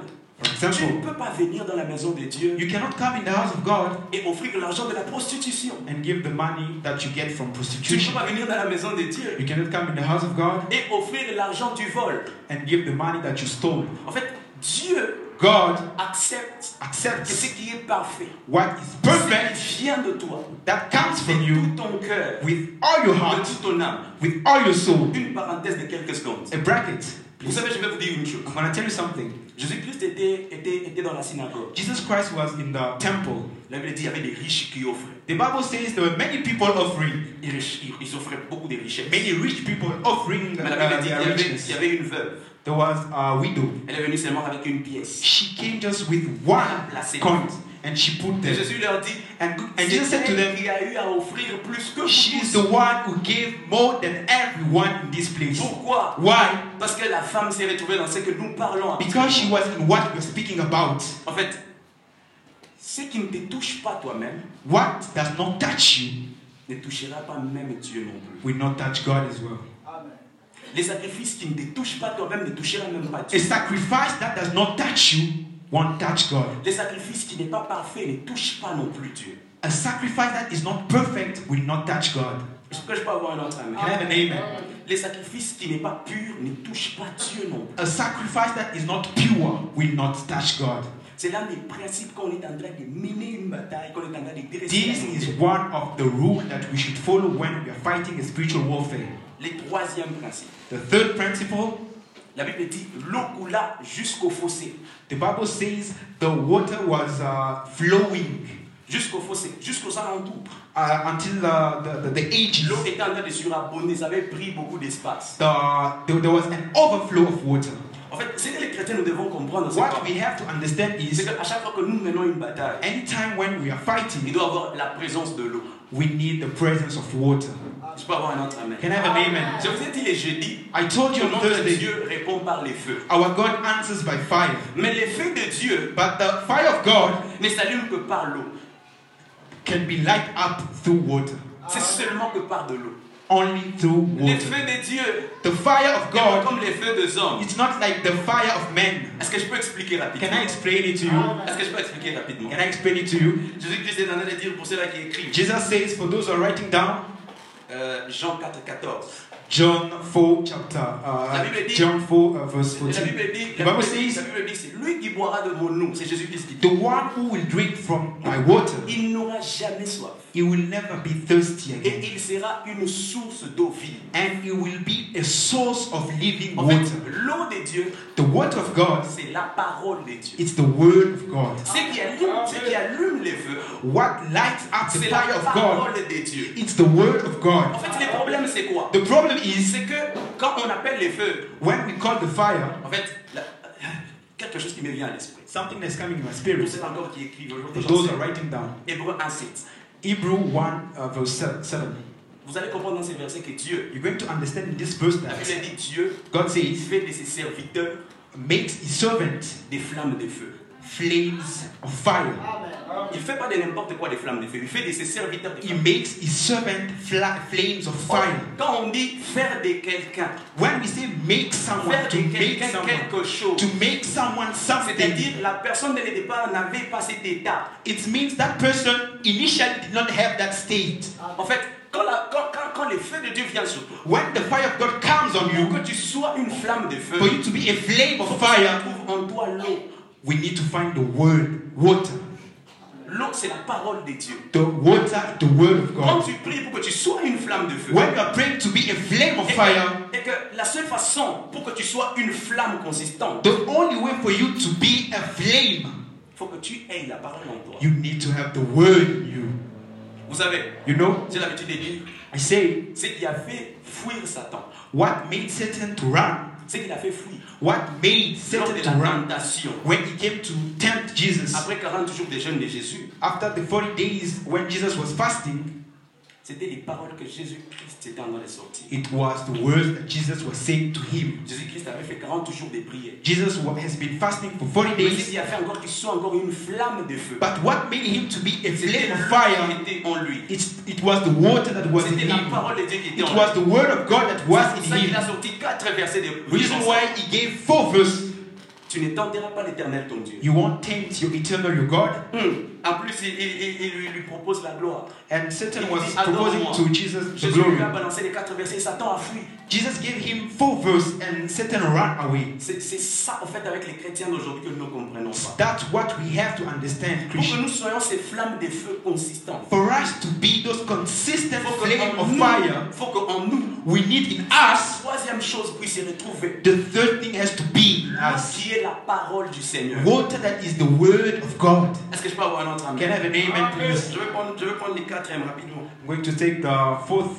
[SPEAKER 2] For
[SPEAKER 3] tu ne
[SPEAKER 2] example,
[SPEAKER 3] peux pas venir dans la maison de Dieu
[SPEAKER 2] you cannot come in the house of God
[SPEAKER 3] et offrir l'argent de la prostitution.
[SPEAKER 2] and give the money that you get
[SPEAKER 3] Tu ne
[SPEAKER 2] from
[SPEAKER 3] peux
[SPEAKER 2] prostitution.
[SPEAKER 3] pas venir dans la maison de Dieu
[SPEAKER 2] You cannot come in the house of God
[SPEAKER 3] et offrir l'argent du vol.
[SPEAKER 2] and give the money that you stole.
[SPEAKER 3] En fait, Dieu
[SPEAKER 2] God
[SPEAKER 3] accepte que
[SPEAKER 2] accepts
[SPEAKER 3] ce qui est parfait,
[SPEAKER 2] what is
[SPEAKER 3] ce
[SPEAKER 2] perfect
[SPEAKER 3] qui vient de toi,
[SPEAKER 2] that comes from
[SPEAKER 3] de
[SPEAKER 2] you
[SPEAKER 3] tout ton cœur,
[SPEAKER 2] with all your
[SPEAKER 3] de
[SPEAKER 2] heart,
[SPEAKER 3] toute ton âme.
[SPEAKER 2] with all your soul.
[SPEAKER 3] Une parenthèse de quelques secondes.
[SPEAKER 2] A bracket.
[SPEAKER 3] Vous savez, je vais vous dire une chose.
[SPEAKER 2] I'm gonna tell you something.
[SPEAKER 3] Jésus-Christ était, était, était dans la synagogue.
[SPEAKER 2] Jesus Christ was in the temple.
[SPEAKER 3] La Bible dit qu'il y avait des riches qui offraient.
[SPEAKER 2] The Bible says there were many people offering,
[SPEAKER 3] Ils, ils- ils offraient beaucoup de richesses.
[SPEAKER 2] many rich people offering
[SPEAKER 3] Mais
[SPEAKER 2] uh,
[SPEAKER 3] la Bible dit qu'il y,
[SPEAKER 2] their
[SPEAKER 3] avait-
[SPEAKER 2] richness.
[SPEAKER 3] qu'il y avait une veuve.
[SPEAKER 2] There was a widow.
[SPEAKER 3] Elle est venue seulement avec une pièce.
[SPEAKER 2] She came just with one
[SPEAKER 3] Placé.
[SPEAKER 2] coin and she put
[SPEAKER 3] Et
[SPEAKER 2] them.
[SPEAKER 3] Jésus leur dit,
[SPEAKER 2] And,
[SPEAKER 3] c'est
[SPEAKER 2] and Jesus said to
[SPEAKER 3] elle
[SPEAKER 2] them,
[SPEAKER 3] qui a eu à offrir plus que vous
[SPEAKER 2] She's
[SPEAKER 3] tous.
[SPEAKER 2] the one who gave more than everyone in this place.
[SPEAKER 3] Pourquoi
[SPEAKER 2] Why?
[SPEAKER 3] Parce que la femme s'est retrouvée dans ce que nous parlons.
[SPEAKER 2] Because she was in what we're speaking about.
[SPEAKER 3] En fait, ce qui ne te touche pas toi-même
[SPEAKER 2] What does not touch you
[SPEAKER 3] ne touchera pas même Dieu non plus.
[SPEAKER 2] will not touch God as well.
[SPEAKER 4] Amen.
[SPEAKER 3] Les sacrifices qui ne te touchent pas toi-même ne touchera même pas
[SPEAKER 2] A
[SPEAKER 3] Dieu.
[SPEAKER 2] sacrifice that does not touch you won't touch God.
[SPEAKER 3] Les sacrifices qui n'est pas parfait ne touchent pas non plus Dieu.
[SPEAKER 2] A sacrifice that is not perfect will not touch God.
[SPEAKER 3] Est-ce que je peux avoir un autre amen
[SPEAKER 2] Can I have an amen?
[SPEAKER 3] Les sacrifices qui n'est pas pur ne touchent pas Dieu non plus.
[SPEAKER 2] A sacrifice that is not pure will not touch God.
[SPEAKER 3] C'est l'un des principes qu'on est en train de mener une bataille, qu'on est en train de
[SPEAKER 2] This is
[SPEAKER 3] dresser.
[SPEAKER 2] one of the rules that we should follow when we are fighting a spiritual warfare.
[SPEAKER 3] Les troisième principe.
[SPEAKER 2] The third principle,
[SPEAKER 3] La Bible dit l'eau coula jusqu'au fossé.
[SPEAKER 2] the Bible says the water was uh, flowing
[SPEAKER 3] Jusqu'au fossé, jusqu'aux alentours.
[SPEAKER 2] uh, until uh, the, the, the ages.
[SPEAKER 3] L'eau était en train de surabonner, ça avait pris beaucoup d'espace.
[SPEAKER 2] The, there, there was an overflow of water.
[SPEAKER 3] En fait, ce que les chrétiens nous devons comprendre, c'est
[SPEAKER 2] What
[SPEAKER 3] quoi
[SPEAKER 2] we have to understand
[SPEAKER 3] C'est
[SPEAKER 2] is
[SPEAKER 3] qu'à chaque fois que nous menons une bataille,
[SPEAKER 2] anytime when we are
[SPEAKER 3] il
[SPEAKER 2] fighting,
[SPEAKER 3] doit y avoir la présence de l'eau.
[SPEAKER 2] we need the presence of water.
[SPEAKER 3] Je peux avoir un autre amen.
[SPEAKER 2] Can I have an amen?
[SPEAKER 3] Je vous ai dit les jeudis,
[SPEAKER 2] I told you
[SPEAKER 3] que
[SPEAKER 2] on
[SPEAKER 3] notre
[SPEAKER 2] Thursday,
[SPEAKER 3] Dieu répond par les feux.
[SPEAKER 2] our God answers by fire.
[SPEAKER 3] Mais les feux de Dieu
[SPEAKER 2] But the fire of God
[SPEAKER 3] ne s'allument que par l'eau.
[SPEAKER 2] can be light up through water.
[SPEAKER 3] C'est seulement que par de l'eau.
[SPEAKER 2] only through
[SPEAKER 3] Les
[SPEAKER 2] Ah. water.
[SPEAKER 3] feux de Dieu
[SPEAKER 2] The fire of
[SPEAKER 3] n'est pas
[SPEAKER 2] God
[SPEAKER 3] comme les feux des hommes.
[SPEAKER 2] is not like the fire of men.
[SPEAKER 3] Est-ce que je peux expliquer rapidement
[SPEAKER 2] Can I explain it to you?
[SPEAKER 3] Est-ce que je peux expliquer rapidement
[SPEAKER 2] Can I explain it to you?
[SPEAKER 3] Jésus-Christ est en train de dire pour ceux-là qui écrivent,
[SPEAKER 2] Jesus says, for those who are writing down,
[SPEAKER 3] euh, Jean 4, 14.
[SPEAKER 2] John 4, chapter,
[SPEAKER 3] La
[SPEAKER 2] uh,
[SPEAKER 3] Bible dit-
[SPEAKER 2] John 4, uh, verse
[SPEAKER 3] Et La
[SPEAKER 2] 14.
[SPEAKER 3] Bible dit,
[SPEAKER 2] The
[SPEAKER 3] la
[SPEAKER 2] Bible
[SPEAKER 3] Bible dit, la
[SPEAKER 2] says-
[SPEAKER 3] Bible dit, c'est lui qui boira de mon eau, c'est Jésus-Christ qui dit.
[SPEAKER 2] The one who will drink from my water,
[SPEAKER 3] Il n'aura jamais soif.
[SPEAKER 2] he will never be thirsty again.
[SPEAKER 3] Et il sera une source d'eau vive.
[SPEAKER 2] And it will be a source of living
[SPEAKER 3] En fait,
[SPEAKER 2] water.
[SPEAKER 3] l'eau de Dieu,
[SPEAKER 2] The water of God,
[SPEAKER 3] c'est la parole de Dieu.
[SPEAKER 2] it's the word of God.
[SPEAKER 3] Ce qui allume, ce qui allume les feux,
[SPEAKER 2] What lights up the
[SPEAKER 3] c'est la
[SPEAKER 2] fire of God,
[SPEAKER 3] parole de Dieu.
[SPEAKER 2] it's the word of
[SPEAKER 3] En
[SPEAKER 2] God.
[SPEAKER 3] fait, le problème, c'est quoi
[SPEAKER 2] The problem is,
[SPEAKER 3] C'est que quand on appelle les feux,
[SPEAKER 2] when we call the fire,
[SPEAKER 3] en fait, la- euh, quelque chose qui me vient à l'esprit.
[SPEAKER 2] something that's coming in my
[SPEAKER 3] Pour
[SPEAKER 2] spirit,
[SPEAKER 3] ceux encore qui écrivent aujourd'hui,
[SPEAKER 2] for those who are writing down,
[SPEAKER 3] Hébreu 1,7.
[SPEAKER 2] Hebrew 1, uh, verse 7.
[SPEAKER 3] Vous allez comprendre dans ces versets que Dieu,
[SPEAKER 2] You're going to understand in this verse
[SPEAKER 3] la Bible
[SPEAKER 2] that
[SPEAKER 3] dit Dieu,
[SPEAKER 2] God
[SPEAKER 3] il
[SPEAKER 2] says,
[SPEAKER 3] fait de ses serviteurs
[SPEAKER 2] makes his servant
[SPEAKER 3] des flammes de feu.
[SPEAKER 2] flames of fire.
[SPEAKER 4] Amen.
[SPEAKER 3] Il ne fait pas de n'importe quoi des flammes de feu, il fait de ses serviteurs des
[SPEAKER 2] He
[SPEAKER 3] flammes.
[SPEAKER 2] makes his servant fla- flames of fire.
[SPEAKER 3] Quand on dit faire de quelqu'un,
[SPEAKER 2] When we say
[SPEAKER 3] faire
[SPEAKER 2] make someone, to
[SPEAKER 3] de
[SPEAKER 2] make
[SPEAKER 3] quelqu'un
[SPEAKER 2] someone,
[SPEAKER 3] quelque chose,
[SPEAKER 2] to make someone something,
[SPEAKER 3] c'est-à-dire la personne dès le départ n'avait pas cet état.
[SPEAKER 2] it means that person initially did not have that state.
[SPEAKER 3] En fait, quand, la- quand, quand, quand le feu de Dieu vient sur toi,
[SPEAKER 2] When the fire of God comes on
[SPEAKER 3] pour
[SPEAKER 2] you,
[SPEAKER 3] que tu sois une flamme de feu,
[SPEAKER 2] for you to be a flame
[SPEAKER 3] faut
[SPEAKER 2] of
[SPEAKER 3] que tu
[SPEAKER 2] fire,
[SPEAKER 3] trouves en toi l'eau.
[SPEAKER 2] we need to find the word, water.
[SPEAKER 3] L'eau, c'est la parole de Dieu.
[SPEAKER 2] The water, the word of
[SPEAKER 3] Quand
[SPEAKER 2] God.
[SPEAKER 3] tu pries pour que tu sois une flamme de feu,
[SPEAKER 2] When you are praying to be a flame of
[SPEAKER 3] et
[SPEAKER 2] fire,
[SPEAKER 3] que, et que la seule façon pour que tu sois une flamme consistante,
[SPEAKER 2] The only way for you to be a flame,
[SPEAKER 3] il faut que tu aies la parole en toi.
[SPEAKER 2] you need to have the word in you.
[SPEAKER 3] Vous savez,
[SPEAKER 2] You know,
[SPEAKER 3] j'ai l'habitude de dire,
[SPEAKER 2] I say,
[SPEAKER 3] ce qui a fait fuir Satan,
[SPEAKER 2] what made Satan to run?
[SPEAKER 3] ce qui l'a fait fuir
[SPEAKER 2] What made
[SPEAKER 3] lors
[SPEAKER 2] Satan
[SPEAKER 3] de
[SPEAKER 2] to
[SPEAKER 3] la
[SPEAKER 2] run?
[SPEAKER 3] tentation,
[SPEAKER 2] When he came to tempt Jesus,
[SPEAKER 3] après 40 jours des jeûne de Jésus,
[SPEAKER 2] after the 40 days when Jesus was fasting,
[SPEAKER 3] c'était les paroles que Jésus-Christ était en train de sortir.
[SPEAKER 2] it was the words that Jesus was saying to him.
[SPEAKER 3] Jésus-Christ avait fait 40 jours de prière.
[SPEAKER 2] Jesus wa- has been fasting for 40
[SPEAKER 3] Mais ce
[SPEAKER 2] days,
[SPEAKER 3] qui a fait encore qu'il soit encore une flamme de feu,
[SPEAKER 2] but what made him to be a
[SPEAKER 3] c'était
[SPEAKER 2] flame
[SPEAKER 3] l'eau
[SPEAKER 2] of
[SPEAKER 3] qui
[SPEAKER 2] fire?
[SPEAKER 3] était en lui.
[SPEAKER 2] It's, it was the water that was in
[SPEAKER 3] C'était la
[SPEAKER 2] him.
[SPEAKER 3] parole de Dieu qui était
[SPEAKER 2] It
[SPEAKER 3] en lui.
[SPEAKER 2] was the word of God that
[SPEAKER 3] C'est
[SPEAKER 2] was
[SPEAKER 3] pour
[SPEAKER 2] in
[SPEAKER 3] ça qu'il a
[SPEAKER 2] him.
[SPEAKER 3] sorti quatre versets de
[SPEAKER 2] Reason
[SPEAKER 3] de-
[SPEAKER 2] why he gave four verses
[SPEAKER 3] Tu ne tenteras pas l'éternel ton Dieu.
[SPEAKER 2] You won't tempt your eternal your God.
[SPEAKER 3] Hum. En plus, il, il- il- il lui, lui propose la gloire.
[SPEAKER 2] And Satan
[SPEAKER 3] Il
[SPEAKER 2] was
[SPEAKER 3] dit,
[SPEAKER 2] proposing
[SPEAKER 3] "Adore-moi."
[SPEAKER 2] to Jesus the
[SPEAKER 3] Jésus lui a
[SPEAKER 2] glory.
[SPEAKER 3] balancé les quatre versets et Satan a fui.
[SPEAKER 2] Jesus gave him four verses and Satan ran away.
[SPEAKER 3] C'est c'est ça, en fait, avec les chrétiens d'aujourd'hui que nous ne comprenons pas.
[SPEAKER 2] That's what we have to
[SPEAKER 3] Pour
[SPEAKER 2] understand,
[SPEAKER 3] que
[SPEAKER 2] Christian.
[SPEAKER 3] nous soyons ces flammes de feu consistantes.
[SPEAKER 2] For us to be those consistent
[SPEAKER 3] Faut
[SPEAKER 2] flame
[SPEAKER 3] que en
[SPEAKER 2] of
[SPEAKER 3] nous-
[SPEAKER 2] fire,
[SPEAKER 3] faut que en nous,
[SPEAKER 2] we need in us,
[SPEAKER 3] troisième chose puisse se retrouver.
[SPEAKER 2] the third thing has to be in
[SPEAKER 3] L'eau
[SPEAKER 2] us.
[SPEAKER 3] qui est la parole du Seigneur.
[SPEAKER 2] Water that is the word of God.
[SPEAKER 3] Est-ce que je peux avoir un autre ami
[SPEAKER 2] Can I have an amen, please?
[SPEAKER 3] Je vais prendre, je vais prendre les quatrièmes rapidement.
[SPEAKER 2] I'm going to take the fourth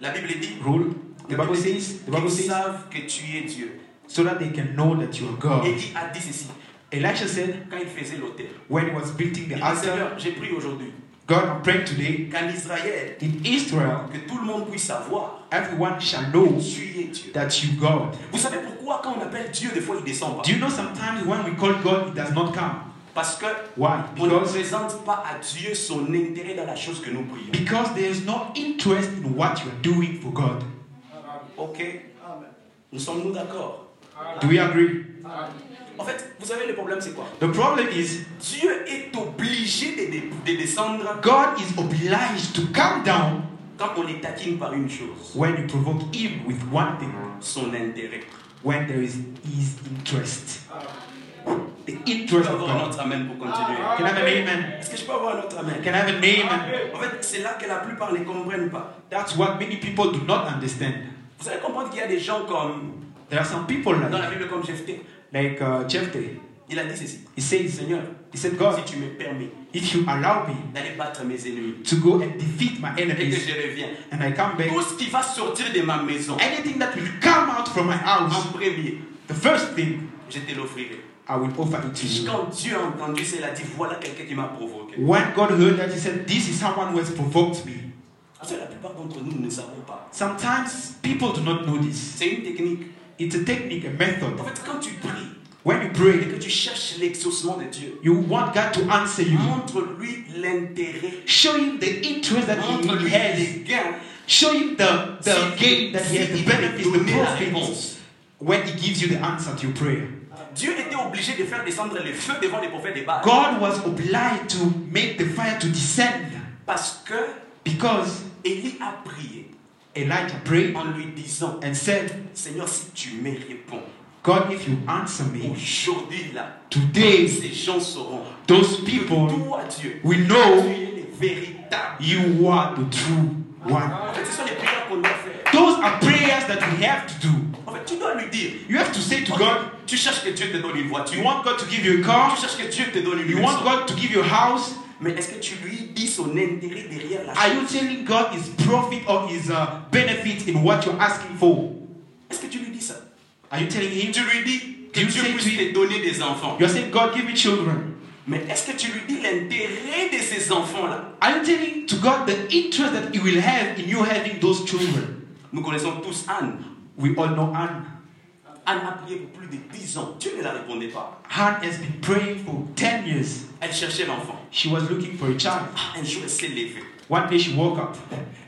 [SPEAKER 3] La Bible dit
[SPEAKER 2] rule. The Bible says, the Bible
[SPEAKER 3] qu'ils
[SPEAKER 2] says,
[SPEAKER 3] savent que tu es Dieu.
[SPEAKER 2] so that they can know that you are
[SPEAKER 3] Et
[SPEAKER 2] God.
[SPEAKER 3] qui a dit ceci
[SPEAKER 2] Elisha said,
[SPEAKER 3] quand il faisait l'autel.
[SPEAKER 2] when he was building the
[SPEAKER 3] Il dit,
[SPEAKER 2] altar,
[SPEAKER 3] Seigneur, j'ai prié aujourd'hui
[SPEAKER 2] God, I'm praying today
[SPEAKER 3] qu'en Israël,
[SPEAKER 2] In Israel,
[SPEAKER 3] que tout le monde puisse savoir
[SPEAKER 2] everyone shall
[SPEAKER 3] que
[SPEAKER 2] know
[SPEAKER 3] tu es Dieu.
[SPEAKER 2] that you God.
[SPEAKER 3] Vous savez pourquoi quand on appelle Dieu, des fois il descend pas
[SPEAKER 2] Do you know sometimes when we call God, it does not come?
[SPEAKER 3] Parce que
[SPEAKER 2] Why?
[SPEAKER 3] on ne
[SPEAKER 2] Because,
[SPEAKER 3] présente pas à Dieu son intérêt dans la chose que nous prions.
[SPEAKER 2] because there is no interest in what you are doing for God.
[SPEAKER 3] Ok
[SPEAKER 4] Amen.
[SPEAKER 3] Nous sommes-nous d'accord
[SPEAKER 2] Do we agree?
[SPEAKER 3] En fait, vous savez le problème c'est quoi
[SPEAKER 2] The problem is
[SPEAKER 3] Dieu est obligé de, de- de descendre
[SPEAKER 2] God is obliged to come down
[SPEAKER 3] quand on les taquine par une chose,
[SPEAKER 2] when you provoke Him with one thing,
[SPEAKER 3] son intérêt.
[SPEAKER 2] when there is His interest. The
[SPEAKER 3] Je
[SPEAKER 2] interest
[SPEAKER 3] peux
[SPEAKER 2] of
[SPEAKER 3] avoir un
[SPEAKER 2] God.
[SPEAKER 3] autre amen pour continuer.
[SPEAKER 2] Can I have an amen?
[SPEAKER 3] Est-ce que je peux avoir un autre amen
[SPEAKER 2] Can I have an amen?
[SPEAKER 3] En fait, c'est là que la plupart ne comprennent pas.
[SPEAKER 2] That's what many people do not understand.
[SPEAKER 3] Vous allez comprendre qu'il y a des gens comme,
[SPEAKER 2] There are some people
[SPEAKER 3] dans
[SPEAKER 2] like,
[SPEAKER 3] la Bible comme Jephthé,
[SPEAKER 2] like uh, Jephthah.
[SPEAKER 3] il a dit ceci.
[SPEAKER 2] He says,
[SPEAKER 3] Seigneur,
[SPEAKER 2] He said,
[SPEAKER 3] si
[SPEAKER 2] God,
[SPEAKER 3] tu me permets
[SPEAKER 2] if you allow me
[SPEAKER 3] d'aller battre mes ennemis
[SPEAKER 2] to go and defeat my
[SPEAKER 3] et que
[SPEAKER 2] enemies
[SPEAKER 3] je reviens,
[SPEAKER 2] and I come
[SPEAKER 3] tout
[SPEAKER 2] back,
[SPEAKER 3] ce qui va sortir de ma maison,
[SPEAKER 2] anything that will come out from my
[SPEAKER 3] en
[SPEAKER 2] house,
[SPEAKER 3] premier,
[SPEAKER 2] the first thing
[SPEAKER 3] je te l'offrirai.
[SPEAKER 2] I will offer it to you.
[SPEAKER 3] Quand Dieu a entendu cela, il a dit, voilà quelqu'un qui m'a provoqué.
[SPEAKER 2] When God heard that, He said, This is someone who has provoked me.
[SPEAKER 3] Parce que Ah, la plupart d'entre nous ne savons pas.
[SPEAKER 2] Sometimes people do not know this.
[SPEAKER 3] C'est une technique.
[SPEAKER 2] It's a technique, a
[SPEAKER 3] En
[SPEAKER 2] method.
[SPEAKER 3] fait, quand tu pries
[SPEAKER 2] When you
[SPEAKER 3] et
[SPEAKER 2] pray,
[SPEAKER 3] que tu cherches l'exaucement de Dieu,
[SPEAKER 2] you want God to answer you.
[SPEAKER 3] montre-lui l'intérêt,
[SPEAKER 2] Show him the interest that He
[SPEAKER 3] montre-lui
[SPEAKER 2] has.
[SPEAKER 3] les gains
[SPEAKER 2] Show him the, the
[SPEAKER 5] Si-
[SPEAKER 2] gain that he
[SPEAKER 5] si
[SPEAKER 2] has, the
[SPEAKER 5] il
[SPEAKER 2] benefits, the
[SPEAKER 5] donnait la
[SPEAKER 2] profits
[SPEAKER 5] réponse.
[SPEAKER 2] when he gives you the answer to your prayer.
[SPEAKER 3] Dieu était obligé de faire descendre le feu devant les prophètes de Baal
[SPEAKER 2] God was obliged to make the fire to descend
[SPEAKER 3] parce que
[SPEAKER 2] because
[SPEAKER 3] Élie a prié
[SPEAKER 2] Elijah prayed
[SPEAKER 3] en lui disant
[SPEAKER 2] and said,
[SPEAKER 3] Seigneur, si tu me réponds
[SPEAKER 2] God, if you answer me
[SPEAKER 3] aujourd'hui là,
[SPEAKER 2] today,
[SPEAKER 3] ces gens sauront
[SPEAKER 2] those
[SPEAKER 3] que
[SPEAKER 2] people
[SPEAKER 3] toi, Dieu, tu
[SPEAKER 2] will know
[SPEAKER 3] es le véritable.
[SPEAKER 2] you are the true one.
[SPEAKER 3] En fait, ce sont les prières qu'on doit faire.
[SPEAKER 2] Those are prayers that we have to do.
[SPEAKER 3] En fait, tu dois lui dire
[SPEAKER 2] You have to say to God,
[SPEAKER 3] Tu cherches que Dieu te donne une voiture.
[SPEAKER 2] you want God to give you a
[SPEAKER 3] Tu
[SPEAKER 2] car,
[SPEAKER 3] cherches que Dieu te donne une
[SPEAKER 2] you want
[SPEAKER 3] maison.
[SPEAKER 2] God to give you a house.
[SPEAKER 3] Mais est-ce que tu lui dis son intérêt derrière la
[SPEAKER 2] Are you telling God his profit or his uh, benefit in what you're asking for?
[SPEAKER 3] Est-ce que tu lui dis ça
[SPEAKER 2] Are you telling him?
[SPEAKER 3] Tu lui dis que
[SPEAKER 2] You
[SPEAKER 3] Dieu
[SPEAKER 2] say
[SPEAKER 3] puisse
[SPEAKER 2] to him-
[SPEAKER 3] te donner des enfants.
[SPEAKER 2] You're saying, God, give me children.
[SPEAKER 3] Mais est-ce que tu lui dis l'intérêt de ces enfants-là
[SPEAKER 2] Are you telling to God the interest that He will have in you having those children?
[SPEAKER 3] Nous connaissons tous Anne.
[SPEAKER 2] We all know Anne.
[SPEAKER 3] Anne a prié pour plus de 10 ans. Dieu ne la répondait pas.
[SPEAKER 2] Anne has been praying for 10 years.
[SPEAKER 3] Elle cherchait l'enfant. Ah,
[SPEAKER 2] She was looking for a child.
[SPEAKER 3] Un jour, elle s'est levée.
[SPEAKER 2] One day she woke up.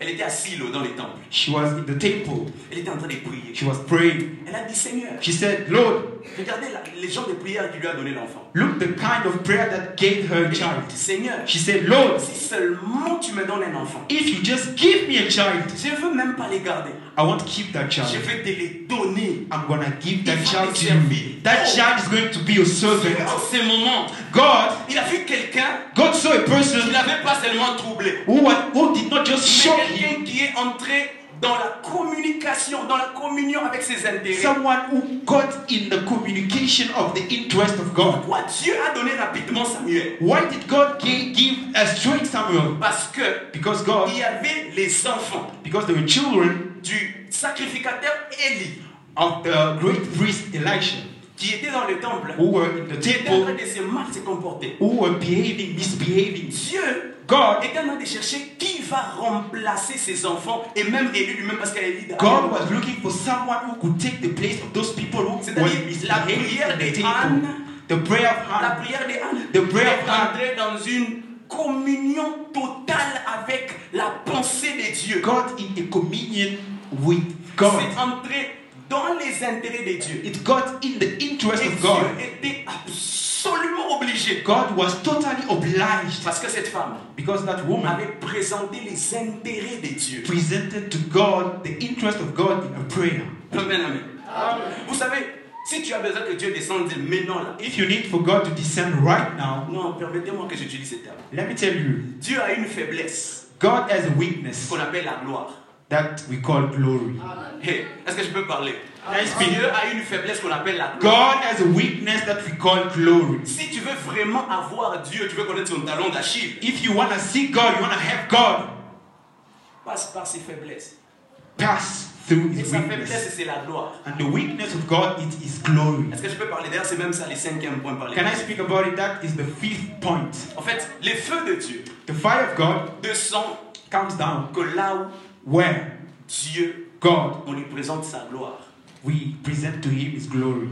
[SPEAKER 3] Elle était assise dans les temples.
[SPEAKER 2] She was in the temple.
[SPEAKER 3] Elle était en train de prier.
[SPEAKER 2] She was praying.
[SPEAKER 3] Elle a dit Seigneur,
[SPEAKER 2] She said, Lord,
[SPEAKER 3] regardez la- les gens de prière qui lui a donné l'enfant.
[SPEAKER 2] look the kind of prayer that gave her a
[SPEAKER 3] Elle a
[SPEAKER 2] child.
[SPEAKER 3] dit Seigneur,
[SPEAKER 2] She said, Lord,
[SPEAKER 3] si seulement tu me donnes un enfant,
[SPEAKER 2] if you just give me a child,
[SPEAKER 3] je ne veux même pas les garder.
[SPEAKER 2] I won't keep that
[SPEAKER 3] Je
[SPEAKER 2] child.
[SPEAKER 3] vais te les donner.
[SPEAKER 2] I'm gonna give that
[SPEAKER 3] Il va
[SPEAKER 2] child
[SPEAKER 3] te
[SPEAKER 2] to you.
[SPEAKER 3] servir.
[SPEAKER 2] That
[SPEAKER 3] Oh.
[SPEAKER 2] child is going to be your servant.
[SPEAKER 3] En ce moment,
[SPEAKER 2] God,
[SPEAKER 3] il a vu quelqu'un
[SPEAKER 2] God saw a
[SPEAKER 3] qui
[SPEAKER 2] person
[SPEAKER 3] n'avait pas seulement troublé,
[SPEAKER 2] who, was, who did not just shock
[SPEAKER 3] mais quelqu'un
[SPEAKER 2] him,
[SPEAKER 3] qui est entré dans la communication, dans la communion avec ses intérêts.
[SPEAKER 2] someone who got in the communication of the interest of God.
[SPEAKER 3] Pourquoi Dieu a donné rapidement Samuel
[SPEAKER 2] Why did God gi- give a straight Samuel?
[SPEAKER 3] Parce que
[SPEAKER 2] Because
[SPEAKER 3] il
[SPEAKER 2] God,
[SPEAKER 3] y avait les enfants
[SPEAKER 2] because there were children
[SPEAKER 3] du sacrificateur Élie
[SPEAKER 2] of the great priest Elisha
[SPEAKER 3] qui étaient dans le temple,
[SPEAKER 2] who were in the
[SPEAKER 3] qui étaient en train
[SPEAKER 2] temple,
[SPEAKER 3] de se mal se comporter.
[SPEAKER 2] who were behaving, misbehaving.
[SPEAKER 3] Dieu
[SPEAKER 2] God,
[SPEAKER 3] était en train de chercher qui va remplacer ses enfants et même Élie lui-même parce qu'Élie
[SPEAKER 2] God was looking for someone who could take the place of those people who were
[SPEAKER 3] C'est-à-dire, la prière
[SPEAKER 2] misbehaving in the
[SPEAKER 3] de
[SPEAKER 2] temple.
[SPEAKER 3] Anne-
[SPEAKER 2] The prayer of
[SPEAKER 3] La
[SPEAKER 2] Hannah.
[SPEAKER 3] prière de Anne
[SPEAKER 2] The prayer
[SPEAKER 3] est
[SPEAKER 2] of Anne.
[SPEAKER 3] entrée dans une communion totale avec la pensée de Dieu.
[SPEAKER 2] God in a communion with God.
[SPEAKER 3] C'est entré dans les intérêts de Dieu.
[SPEAKER 2] It got in the interest
[SPEAKER 3] Et
[SPEAKER 2] of
[SPEAKER 3] Dieu
[SPEAKER 2] God.
[SPEAKER 3] était absolument obligé.
[SPEAKER 2] God was totally obliged
[SPEAKER 3] Parce que cette femme
[SPEAKER 2] because that woman
[SPEAKER 3] avait présenté les intérêts de Dieu.
[SPEAKER 2] presented to God the interest of God in her prayer.
[SPEAKER 3] Amen, amen. Vous savez, si tu as besoin que Dieu descende, dis maintenant là.
[SPEAKER 2] If you need for God to descend right now,
[SPEAKER 3] Non, permettez-moi que j'utilise cette terme.
[SPEAKER 2] let me tell you,
[SPEAKER 3] Dieu a une faiblesse
[SPEAKER 2] God has a weakness
[SPEAKER 3] qu'on appelle la gloire.
[SPEAKER 2] that we call glory.
[SPEAKER 3] Hey, Est-ce que je peux parler
[SPEAKER 2] Yes, please.
[SPEAKER 3] Dieu a une faiblesse qu'on appelle la gloire.
[SPEAKER 2] God has a weakness that we call glory.
[SPEAKER 3] Si tu veux vraiment avoir Dieu, tu veux connaître son talon d'Achille.
[SPEAKER 2] If you want to see God, you want to have God,
[SPEAKER 3] Passe par ses faiblesses.
[SPEAKER 2] pass through
[SPEAKER 3] Et
[SPEAKER 2] his
[SPEAKER 3] sa
[SPEAKER 2] weakness.
[SPEAKER 3] faiblesse, c'est la gloire.
[SPEAKER 2] And the weakness of God, it is glory.
[SPEAKER 3] Est-ce que je peux parler D'ailleurs, c'est même ça, les cinquième points parler.
[SPEAKER 2] Can I speak about it? That is the fifth point.
[SPEAKER 3] En fait, les feux de Dieu
[SPEAKER 2] The fire of God
[SPEAKER 3] descendent
[SPEAKER 2] comes down
[SPEAKER 3] que là où
[SPEAKER 2] where
[SPEAKER 3] Dieu,
[SPEAKER 2] God
[SPEAKER 3] on lui présente sa gloire.
[SPEAKER 2] we present to him his glory.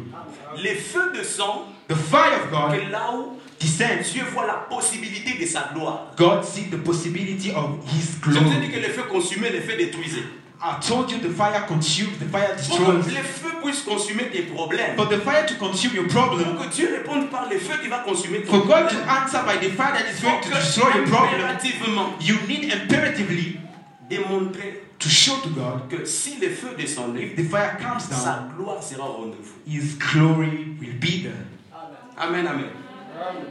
[SPEAKER 3] Les feux de sang,
[SPEAKER 2] The fire of God
[SPEAKER 3] que là où
[SPEAKER 2] descends.
[SPEAKER 3] Dieu voit la possibilité de sa gloire.
[SPEAKER 2] God sees the possibility of his
[SPEAKER 3] Je vous ai dit
[SPEAKER 2] glory.
[SPEAKER 3] que les feux consumaient, les feux détruisaient.
[SPEAKER 2] I told you the fire consumes, the fire
[SPEAKER 3] Pour que
[SPEAKER 2] destroys.
[SPEAKER 3] les feux puissent consumer tes problèmes,
[SPEAKER 2] For the fire to consume your problem,
[SPEAKER 3] pour que Dieu réponde par les feux qui va consumer tes
[SPEAKER 2] for God to
[SPEAKER 3] problèmes,
[SPEAKER 2] answer by the fire that is
[SPEAKER 3] pour
[SPEAKER 2] going to destroy your
[SPEAKER 3] que
[SPEAKER 2] problem,
[SPEAKER 3] impérativement
[SPEAKER 2] you need imperatively
[SPEAKER 3] démontrer
[SPEAKER 2] to show to God
[SPEAKER 3] que si les feux descendaient,
[SPEAKER 2] if the fire comes down,
[SPEAKER 3] sa gloire sera au rendez-vous.
[SPEAKER 2] his glory will be there.
[SPEAKER 3] Amen, amen.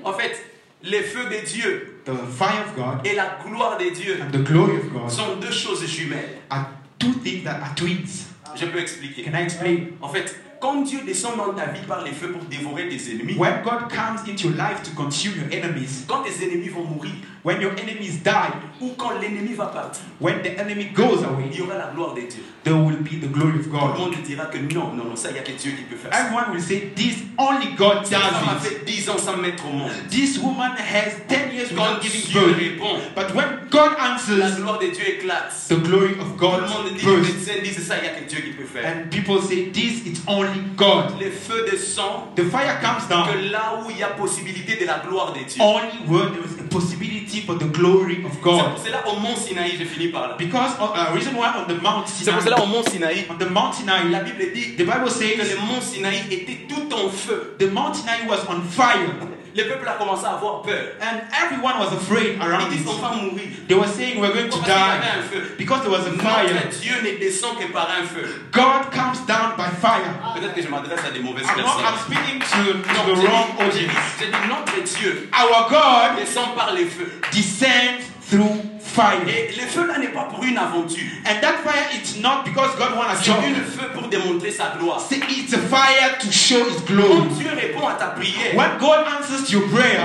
[SPEAKER 3] En fait, les feux de Dieu
[SPEAKER 2] The fire of God
[SPEAKER 3] et la gloire de Dieu
[SPEAKER 2] and the glory of God
[SPEAKER 3] sont deux choses jumelles.
[SPEAKER 2] are two things that are twins.
[SPEAKER 3] Je peux expliquer.
[SPEAKER 2] Can I explain?
[SPEAKER 3] En fait, quand Dieu descend dans ta vie par les feux pour dévorer tes ennemis,
[SPEAKER 2] When God comes into your life to consume your enemies,
[SPEAKER 3] quand tes ennemis vont mourir
[SPEAKER 2] when your enemies die,
[SPEAKER 3] ou quand l'ennemi va partir,
[SPEAKER 2] when the enemy goes
[SPEAKER 3] il
[SPEAKER 2] away,
[SPEAKER 3] y aura la gloire de Dieu.
[SPEAKER 2] there will be the glory of
[SPEAKER 3] Tout le
[SPEAKER 2] God.
[SPEAKER 3] monde dira que non, non, non, ça, il n'y a que Dieu qui peut faire ça.
[SPEAKER 2] Everyone will say, This only God
[SPEAKER 3] Cette femme a
[SPEAKER 2] does it.
[SPEAKER 3] fait 10 ans sans mettre au monde.
[SPEAKER 2] This woman has 10 years
[SPEAKER 3] Quand
[SPEAKER 2] without giving
[SPEAKER 3] Dieu
[SPEAKER 2] birth.
[SPEAKER 3] répond,
[SPEAKER 2] But when God
[SPEAKER 3] la
[SPEAKER 2] answers,
[SPEAKER 3] gloire de Dieu éclate.
[SPEAKER 2] the glory of
[SPEAKER 3] Tout le
[SPEAKER 2] God
[SPEAKER 3] monde dit, le
[SPEAKER 2] bursts.
[SPEAKER 3] médecin dit, c'est ça, il n'y a que Dieu qui peut faire.
[SPEAKER 2] And people say, This is only God.
[SPEAKER 3] Les feux descendent
[SPEAKER 2] The fire comes down
[SPEAKER 3] que là où il y a possibilité de la gloire de Dieu.
[SPEAKER 2] only where there is a possibility for the glory of
[SPEAKER 3] C'est pour
[SPEAKER 2] God.
[SPEAKER 3] cela au mont Sinaï, je finis par là.
[SPEAKER 2] Because of, uh, reason why on the Mount
[SPEAKER 3] C'est pour cela
[SPEAKER 2] Sinai,
[SPEAKER 3] au mont Sinaï,
[SPEAKER 2] on the Mount Sinai,
[SPEAKER 3] la Bible dit
[SPEAKER 2] the Bible
[SPEAKER 3] que le
[SPEAKER 2] says
[SPEAKER 3] mont Sinaï était tout en feu.
[SPEAKER 2] the Mount Sinai was on fire,
[SPEAKER 3] Le peuple a commencé à avoir peur.
[SPEAKER 2] and everyone was afraid around
[SPEAKER 3] Ils disent on
[SPEAKER 2] it.
[SPEAKER 3] va mourir.
[SPEAKER 2] They were saying we're going to
[SPEAKER 3] Parce qu'il y avait
[SPEAKER 2] die
[SPEAKER 3] un feu.
[SPEAKER 2] because there was a
[SPEAKER 3] Notre
[SPEAKER 2] fire.
[SPEAKER 3] Dieu ne descend que par un feu.
[SPEAKER 2] God comes down by fire.
[SPEAKER 3] Peut-être que je m'adresse à des mauvaises
[SPEAKER 2] I'm, not,
[SPEAKER 3] personnes.
[SPEAKER 2] I'm speaking to,
[SPEAKER 3] Non,
[SPEAKER 2] to the wrong
[SPEAKER 3] j'ai dit-
[SPEAKER 2] audience.
[SPEAKER 3] j'ai dit notre Dieu
[SPEAKER 2] Our God
[SPEAKER 3] descend par les feux.
[SPEAKER 2] descends through fire.
[SPEAKER 3] Et le feu là n'est pas pour une aventure.
[SPEAKER 2] And that fire, it's not because God wants a
[SPEAKER 3] C'est une
[SPEAKER 2] job.
[SPEAKER 3] feu pour démontrer sa gloire.
[SPEAKER 2] See, It's a fire to show His
[SPEAKER 3] Quand
[SPEAKER 2] glory.
[SPEAKER 3] Dieu répond à ta prière,
[SPEAKER 2] When God answers to your prayer,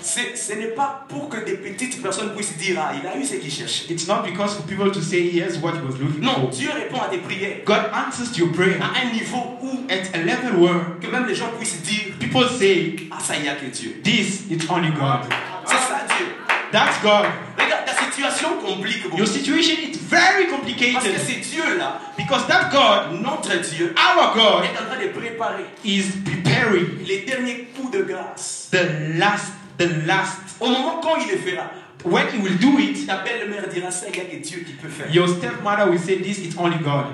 [SPEAKER 3] c'est- ce n'est pas pour que des petites personnes puissent dire Ah, il a eu ce qu'il cherchait.
[SPEAKER 2] it's not because for people to say yes, what He was looking
[SPEAKER 3] Non,
[SPEAKER 2] for.
[SPEAKER 3] Dieu répond à tes prières
[SPEAKER 2] God answers to your prayer
[SPEAKER 3] à un niveau où
[SPEAKER 2] at a level where
[SPEAKER 3] que même les gens puissent dire
[SPEAKER 2] people say,
[SPEAKER 3] Ah, ça y a que Dieu.
[SPEAKER 2] This is only God.
[SPEAKER 3] C'est ça Dieu.
[SPEAKER 2] That's God.
[SPEAKER 3] Regarde, ta situation complique beaucoup.
[SPEAKER 2] Your situation is
[SPEAKER 3] Parce
[SPEAKER 2] very
[SPEAKER 3] que
[SPEAKER 2] complicated
[SPEAKER 3] c'est Dieu là,
[SPEAKER 2] because that God,
[SPEAKER 3] notre Dieu,
[SPEAKER 2] our God,
[SPEAKER 3] est en train de préparer
[SPEAKER 2] is preparing
[SPEAKER 3] les derniers coups de grâce.
[SPEAKER 2] the last, the last.
[SPEAKER 3] Au moment quand il le fera,
[SPEAKER 2] When He will do it,
[SPEAKER 3] ta belle-mère dira ça, il y a que Dieu qui peut faire.
[SPEAKER 2] Your stepmother will say this, it's only God.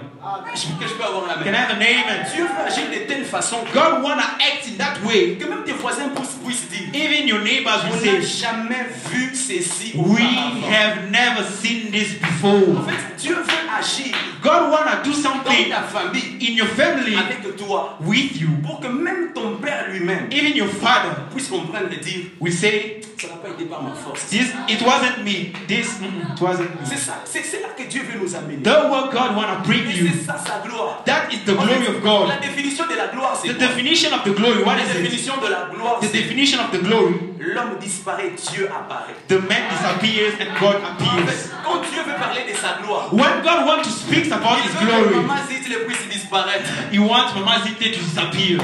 [SPEAKER 3] Je- Que je peux avoir la
[SPEAKER 2] Can I
[SPEAKER 3] main.
[SPEAKER 2] have an amen?
[SPEAKER 3] Dieu veut agir de telle façon que-
[SPEAKER 2] God wanna act in that way.
[SPEAKER 3] que même tes voisins puissent, puissent dire
[SPEAKER 2] Even your neighbors
[SPEAKER 3] On
[SPEAKER 2] will
[SPEAKER 3] n'a
[SPEAKER 2] say,
[SPEAKER 3] jamais vu ceci
[SPEAKER 2] we
[SPEAKER 3] auparavant.
[SPEAKER 2] have never seen this
[SPEAKER 3] En
[SPEAKER 2] before.
[SPEAKER 3] fait, Dieu veut agir
[SPEAKER 2] God wanna do
[SPEAKER 3] dans
[SPEAKER 2] something
[SPEAKER 3] ta famille,
[SPEAKER 2] in your family
[SPEAKER 3] avec toi,
[SPEAKER 2] with you.
[SPEAKER 3] pour que même ton père lui-même
[SPEAKER 2] Even your father
[SPEAKER 3] puisse comprendre et dire
[SPEAKER 2] will say,
[SPEAKER 3] Ça n'a pas été par ma force.
[SPEAKER 2] this, it wasn't me. This, mm, it wasn't me.
[SPEAKER 3] C'est ça, c'est c'est là que Dieu veut nous amener.
[SPEAKER 2] That what God wanna bring
[SPEAKER 3] Et
[SPEAKER 2] you.
[SPEAKER 3] c'est ça sa gloire.
[SPEAKER 2] That is the
[SPEAKER 3] En
[SPEAKER 2] glory
[SPEAKER 3] fait,
[SPEAKER 2] of God.
[SPEAKER 3] La définition de la gloire, c'est
[SPEAKER 2] The
[SPEAKER 3] quoi
[SPEAKER 2] definition of the glory, what
[SPEAKER 3] La
[SPEAKER 2] is it?
[SPEAKER 3] définition de la gloire,
[SPEAKER 2] The
[SPEAKER 3] c'est
[SPEAKER 2] definition of the glory,
[SPEAKER 3] l'homme disparaît, Dieu apparaît.
[SPEAKER 2] the man disappears and God
[SPEAKER 3] En
[SPEAKER 2] appears.
[SPEAKER 3] fait, quand Dieu veut parler de sa gloire,
[SPEAKER 2] When God wants to speak about
[SPEAKER 3] il
[SPEAKER 2] His
[SPEAKER 3] veut que
[SPEAKER 2] glory,
[SPEAKER 3] Maman Zit le puisse disparaître.
[SPEAKER 2] He wants Mama Zite to disappear.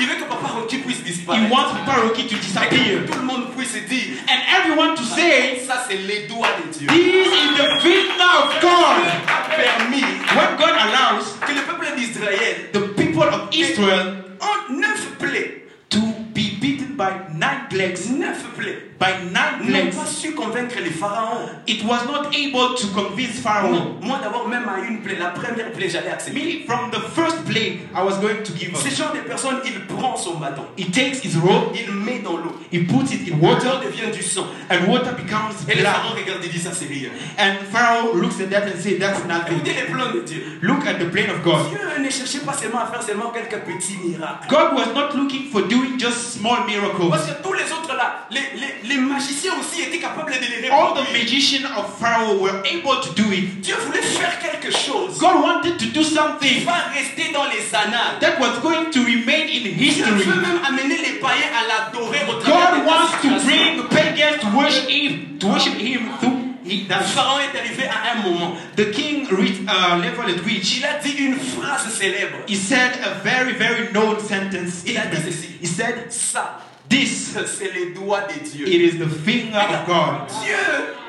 [SPEAKER 3] Il veut que Papa Rocky puisse
[SPEAKER 2] He
[SPEAKER 3] disparaître.
[SPEAKER 2] wants Papa Rocky to
[SPEAKER 3] Et que
[SPEAKER 2] disappear.
[SPEAKER 3] tout le monde puisse dire
[SPEAKER 2] And everyone to say,
[SPEAKER 3] Ça, c'est les doigts de Dieu.
[SPEAKER 2] This is the finger of God.
[SPEAKER 3] Dieu a permis
[SPEAKER 2] When God allows
[SPEAKER 3] que le peuple d'Israël,
[SPEAKER 2] the people of Israel
[SPEAKER 3] en neuf plaies,
[SPEAKER 2] to be beaten by nine plagues,
[SPEAKER 3] neuf plaies,
[SPEAKER 2] by nine
[SPEAKER 3] n'ont pas
[SPEAKER 2] plagues,
[SPEAKER 3] su convaincre les pharaons.
[SPEAKER 2] it was not able to convince Pharaoh.
[SPEAKER 3] Non, moi d'abord, même à une plaie, la première plaie, j'allais accepter.
[SPEAKER 2] Me, from the first plague, I was going to give
[SPEAKER 3] Ce
[SPEAKER 2] up.
[SPEAKER 3] genre de personnes, il prend son bâton,
[SPEAKER 2] He takes his robe,
[SPEAKER 3] il met dans l'eau,
[SPEAKER 2] he puts it in
[SPEAKER 3] l'eau
[SPEAKER 2] water,
[SPEAKER 3] devient du sang.
[SPEAKER 2] and water becomes
[SPEAKER 3] Et les
[SPEAKER 2] blood.
[SPEAKER 3] pharaons regardent et disent Ça, c'est rien.
[SPEAKER 2] And Pharaoh looks at that and says, That's nothing.
[SPEAKER 3] Écoutez les plans de Dieu.
[SPEAKER 2] Look at the plan of God.
[SPEAKER 3] Dieu ne cherchait pas seulement à faire seulement quelques petits miracles.
[SPEAKER 2] God was not looking for doing just small miracles.
[SPEAKER 3] Parce que tous les autres là, les, les- les magiciens aussi étaient capables de les
[SPEAKER 2] All the
[SPEAKER 3] répondre.
[SPEAKER 2] magicians of Pharaoh were able to do it.
[SPEAKER 3] Dieu voulait faire quelque chose.
[SPEAKER 2] God wanted to do
[SPEAKER 3] Il
[SPEAKER 2] something
[SPEAKER 3] va rester dans les annales.
[SPEAKER 2] that was going to remain in
[SPEAKER 3] Dieu veut
[SPEAKER 2] history.
[SPEAKER 3] même amener les païens à l'adorer au travers
[SPEAKER 2] God
[SPEAKER 3] de la
[SPEAKER 2] wants to
[SPEAKER 3] situation.
[SPEAKER 2] bring pagans to worship Him, to worship Him through he,
[SPEAKER 3] Le
[SPEAKER 2] that.
[SPEAKER 3] pharaon est arrivé à un moment.
[SPEAKER 2] The king reached a level at which
[SPEAKER 3] Il a dit une phrase célèbre.
[SPEAKER 2] he said a very, very known sentence.
[SPEAKER 3] Il a dit
[SPEAKER 2] statement.
[SPEAKER 3] ceci.
[SPEAKER 2] He said,
[SPEAKER 3] Ça,
[SPEAKER 2] This
[SPEAKER 3] c'est les doigts de Dieu.
[SPEAKER 2] it is the finger of God.
[SPEAKER 3] Dieu,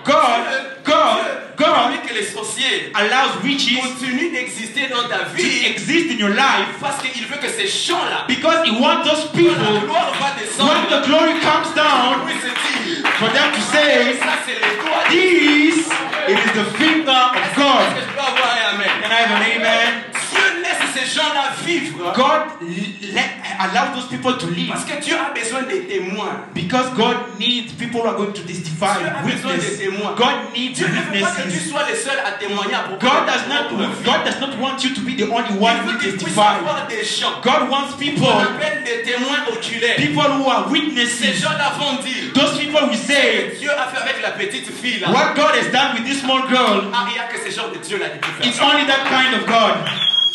[SPEAKER 2] God,
[SPEAKER 3] Dieu,
[SPEAKER 2] God,
[SPEAKER 3] Dieu,
[SPEAKER 2] God.
[SPEAKER 3] permet que les sorciers
[SPEAKER 2] Allows riches
[SPEAKER 3] continuent d'exister dans ta
[SPEAKER 2] to
[SPEAKER 3] vie
[SPEAKER 2] exist in your life.
[SPEAKER 3] parce qu'il veut que ces chants-là,
[SPEAKER 2] Because he wants those
[SPEAKER 3] la
[SPEAKER 2] people,
[SPEAKER 3] gloire va
[SPEAKER 2] when
[SPEAKER 3] descendre.
[SPEAKER 2] the glory comes down,
[SPEAKER 3] Oui, c'est dit.
[SPEAKER 2] for them to
[SPEAKER 3] Et
[SPEAKER 2] say,
[SPEAKER 3] ça, c'est les doigts de
[SPEAKER 2] This it is the finger of
[SPEAKER 3] Est-ce
[SPEAKER 2] God.
[SPEAKER 3] que je peux avoir un amen
[SPEAKER 2] Can I have an amen?
[SPEAKER 3] Dieu laisse ces gens-là vivre
[SPEAKER 2] God let, allows those people to
[SPEAKER 3] parce
[SPEAKER 2] live.
[SPEAKER 3] que Dieu a besoin des témoins.
[SPEAKER 2] Because God needs people who are going to
[SPEAKER 3] Dieu a
[SPEAKER 2] testify,
[SPEAKER 3] besoin
[SPEAKER 2] witness.
[SPEAKER 3] de témoins.
[SPEAKER 2] God needs
[SPEAKER 3] Dieu ne veut pas que tu
[SPEAKER 2] witnesses.
[SPEAKER 3] sois le seul à témoigner à propos
[SPEAKER 2] God
[SPEAKER 3] de ta
[SPEAKER 2] does not
[SPEAKER 3] propre vie.
[SPEAKER 2] God does not want you to be the only
[SPEAKER 3] Il
[SPEAKER 2] one
[SPEAKER 3] veut
[SPEAKER 2] who
[SPEAKER 3] qu'il puisse
[SPEAKER 2] testify.
[SPEAKER 3] avoir des gens
[SPEAKER 2] God wants people,
[SPEAKER 3] qu'on appelle des témoins oculaires.
[SPEAKER 2] people who are
[SPEAKER 3] Ces
[SPEAKER 2] witnesses.
[SPEAKER 3] gens-là vont dire
[SPEAKER 2] Those people who
[SPEAKER 3] ce
[SPEAKER 2] say,
[SPEAKER 3] que Dieu a fait avec la petite fille là.
[SPEAKER 2] What God has done with this small girl,
[SPEAKER 3] Ah, il n'y a que ces gens de Dieu là qui peuvent faire.
[SPEAKER 2] it's only that kind of God.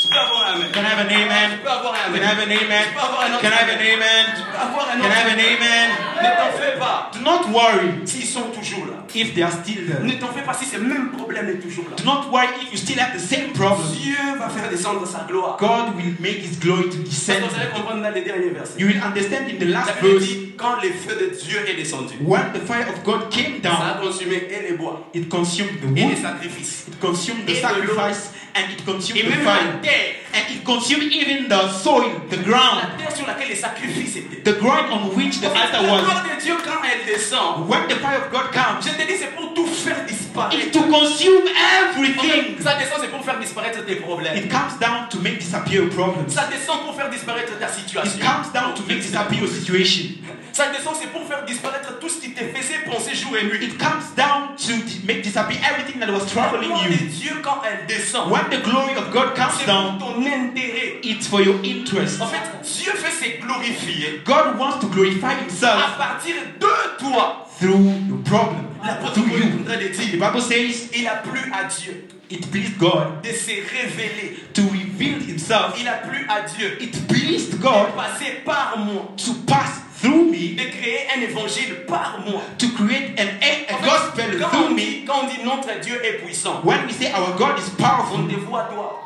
[SPEAKER 3] Je peux avoir un amen.
[SPEAKER 2] Can I have an
[SPEAKER 3] Je
[SPEAKER 2] amen?
[SPEAKER 3] peux avoir un
[SPEAKER 2] Can I have
[SPEAKER 3] amen.
[SPEAKER 2] an amen?
[SPEAKER 3] Je peux avoir un autre
[SPEAKER 2] Can I have an
[SPEAKER 3] amen.
[SPEAKER 2] amen?
[SPEAKER 3] Je peux avoir un
[SPEAKER 2] Can I
[SPEAKER 3] autre
[SPEAKER 2] have an
[SPEAKER 3] amen.
[SPEAKER 2] amen?
[SPEAKER 3] Ne t'en fais pas.
[SPEAKER 2] Do not worry
[SPEAKER 3] S'ils sont toujours là.
[SPEAKER 2] if they are still there.
[SPEAKER 3] Ne t'en fais pas si ce même problème est toujours là.
[SPEAKER 2] Do not worry if you still have the same problem.
[SPEAKER 3] Dieu va faire descendre sa gloire.
[SPEAKER 2] God will make his glory to
[SPEAKER 3] Parce que
[SPEAKER 2] descend.
[SPEAKER 3] vous allez comprendre dans les derniers versets.
[SPEAKER 2] You will understand in the
[SPEAKER 3] La
[SPEAKER 2] last
[SPEAKER 3] Bible
[SPEAKER 2] verse
[SPEAKER 3] dit quand le feu de Dieu est descendu,
[SPEAKER 2] when the fire of God came
[SPEAKER 3] ça a
[SPEAKER 2] down,
[SPEAKER 3] consumé et les bois
[SPEAKER 2] it consumed the
[SPEAKER 3] et les
[SPEAKER 2] wood,
[SPEAKER 3] sacrifices.
[SPEAKER 2] it consumed the
[SPEAKER 3] Et de l'eau.
[SPEAKER 2] sacrifice, and it consumed
[SPEAKER 3] Et
[SPEAKER 2] the
[SPEAKER 3] même la
[SPEAKER 2] fire.
[SPEAKER 3] terre,
[SPEAKER 2] And it consumed even the soil, the
[SPEAKER 3] la
[SPEAKER 2] ground,
[SPEAKER 3] terre sur laquelle les sacrifices étaient.
[SPEAKER 2] the ground on which the altar
[SPEAKER 3] La
[SPEAKER 2] was.
[SPEAKER 3] gloire de Dieu, quand elle descend,
[SPEAKER 2] When the fire of God comes,
[SPEAKER 3] je te dis, c'est pour tout faire
[SPEAKER 2] it's
[SPEAKER 3] disparaître.
[SPEAKER 2] to consume
[SPEAKER 3] En fait,
[SPEAKER 2] everything.
[SPEAKER 3] Ça descend, c'est pour faire disparaître tes problèmes.
[SPEAKER 2] It comes down to make disappear your problems.
[SPEAKER 3] Ça descend pour faire disparaître ta situation.
[SPEAKER 2] It comes down to make disappear your situation.
[SPEAKER 3] Ça descend, c'est pour faire disparaître tout ce qui te faisait penser jour et nuit.
[SPEAKER 2] It comes down to di- make disappear everything that was
[SPEAKER 3] La
[SPEAKER 2] troubling
[SPEAKER 3] gloire de
[SPEAKER 2] you.
[SPEAKER 3] Dieu, quand elle descend,
[SPEAKER 2] When the glory of God comes
[SPEAKER 3] c'est pour
[SPEAKER 2] down,
[SPEAKER 3] ton intérêt.
[SPEAKER 2] it's for your interest.
[SPEAKER 3] En fait, Dieu veut se glorifier
[SPEAKER 2] God wants to glorify
[SPEAKER 3] à
[SPEAKER 2] Himself
[SPEAKER 3] partir de toi.
[SPEAKER 2] through your problem,
[SPEAKER 3] L'apôtre
[SPEAKER 2] through
[SPEAKER 3] Paul est en
[SPEAKER 2] you.
[SPEAKER 3] train de
[SPEAKER 2] The
[SPEAKER 3] dire,
[SPEAKER 2] Bible says
[SPEAKER 3] il a plu à Dieu
[SPEAKER 2] it pleased God
[SPEAKER 3] de se révéler.
[SPEAKER 2] to reveal Himself.
[SPEAKER 3] Il a plu à Dieu
[SPEAKER 2] It pleased
[SPEAKER 3] de
[SPEAKER 2] God
[SPEAKER 3] passer par moi,
[SPEAKER 2] to pass through me,
[SPEAKER 3] de créer un évangile par moi.
[SPEAKER 2] to create an, a,
[SPEAKER 3] En
[SPEAKER 2] a
[SPEAKER 3] fait,
[SPEAKER 2] gospel
[SPEAKER 3] quand, on
[SPEAKER 2] through me.
[SPEAKER 3] dit, quand on dit notre Dieu est puissant,
[SPEAKER 2] When we say our God is
[SPEAKER 3] on
[SPEAKER 2] powerful,
[SPEAKER 3] te voit toi.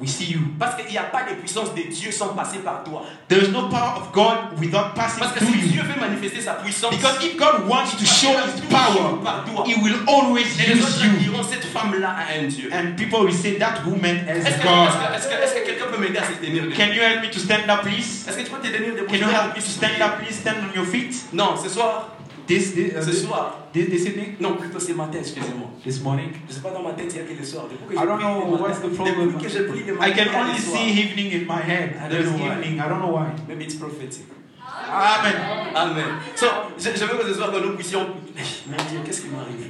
[SPEAKER 2] we see you.
[SPEAKER 3] Parce qu'il n'y a pas de puissance de Dieu sans passer par toi.
[SPEAKER 2] There is no power of God without passing
[SPEAKER 3] Parce que
[SPEAKER 2] through
[SPEAKER 3] si
[SPEAKER 2] you.
[SPEAKER 3] Dieu veut manifester sa puissance,
[SPEAKER 2] Because if God wants to show His
[SPEAKER 3] toujours
[SPEAKER 2] power,
[SPEAKER 3] par toi.
[SPEAKER 2] He will always
[SPEAKER 3] Et les
[SPEAKER 2] use
[SPEAKER 3] autres
[SPEAKER 2] you.
[SPEAKER 3] diront cette femme-là a un Dieu.
[SPEAKER 2] And people will say that woman is
[SPEAKER 3] Est-ce que,
[SPEAKER 2] God.
[SPEAKER 3] est-ce que- est-ce que- est-ce que quelqu'un peut m'aider à se tenir debout
[SPEAKER 2] Can you help me to stand up, please?
[SPEAKER 3] Est-ce que tu peux te tenir debout
[SPEAKER 2] Can you help me to stand up, please? Stand on your feet.
[SPEAKER 3] Non, ce soir,
[SPEAKER 6] This, this, uh,
[SPEAKER 3] ce
[SPEAKER 6] this,
[SPEAKER 3] soir.
[SPEAKER 6] this, this evening,
[SPEAKER 3] Non, plutôt ce matin, excusez-moi.
[SPEAKER 6] this morning,
[SPEAKER 3] Je ne sais pas dans ma tête, il y a que le soir. Depuis
[SPEAKER 6] I
[SPEAKER 3] que je
[SPEAKER 6] don't
[SPEAKER 3] prie le
[SPEAKER 6] know
[SPEAKER 3] matin,
[SPEAKER 6] what's the
[SPEAKER 3] depuis
[SPEAKER 6] problem.
[SPEAKER 3] que je prie le matin,
[SPEAKER 6] I can
[SPEAKER 3] il y a le
[SPEAKER 6] only
[SPEAKER 3] soir.
[SPEAKER 6] see evening in my
[SPEAKER 3] I
[SPEAKER 6] head.
[SPEAKER 3] don't
[SPEAKER 6] There's
[SPEAKER 3] know why.
[SPEAKER 6] evening. I don't know why.
[SPEAKER 3] Maybe it's prophetic.
[SPEAKER 2] Amen.
[SPEAKER 3] Amen. So, je, je veux que ce soir que nous puissions. Mon Dieu, qu'est-ce qui m'arrive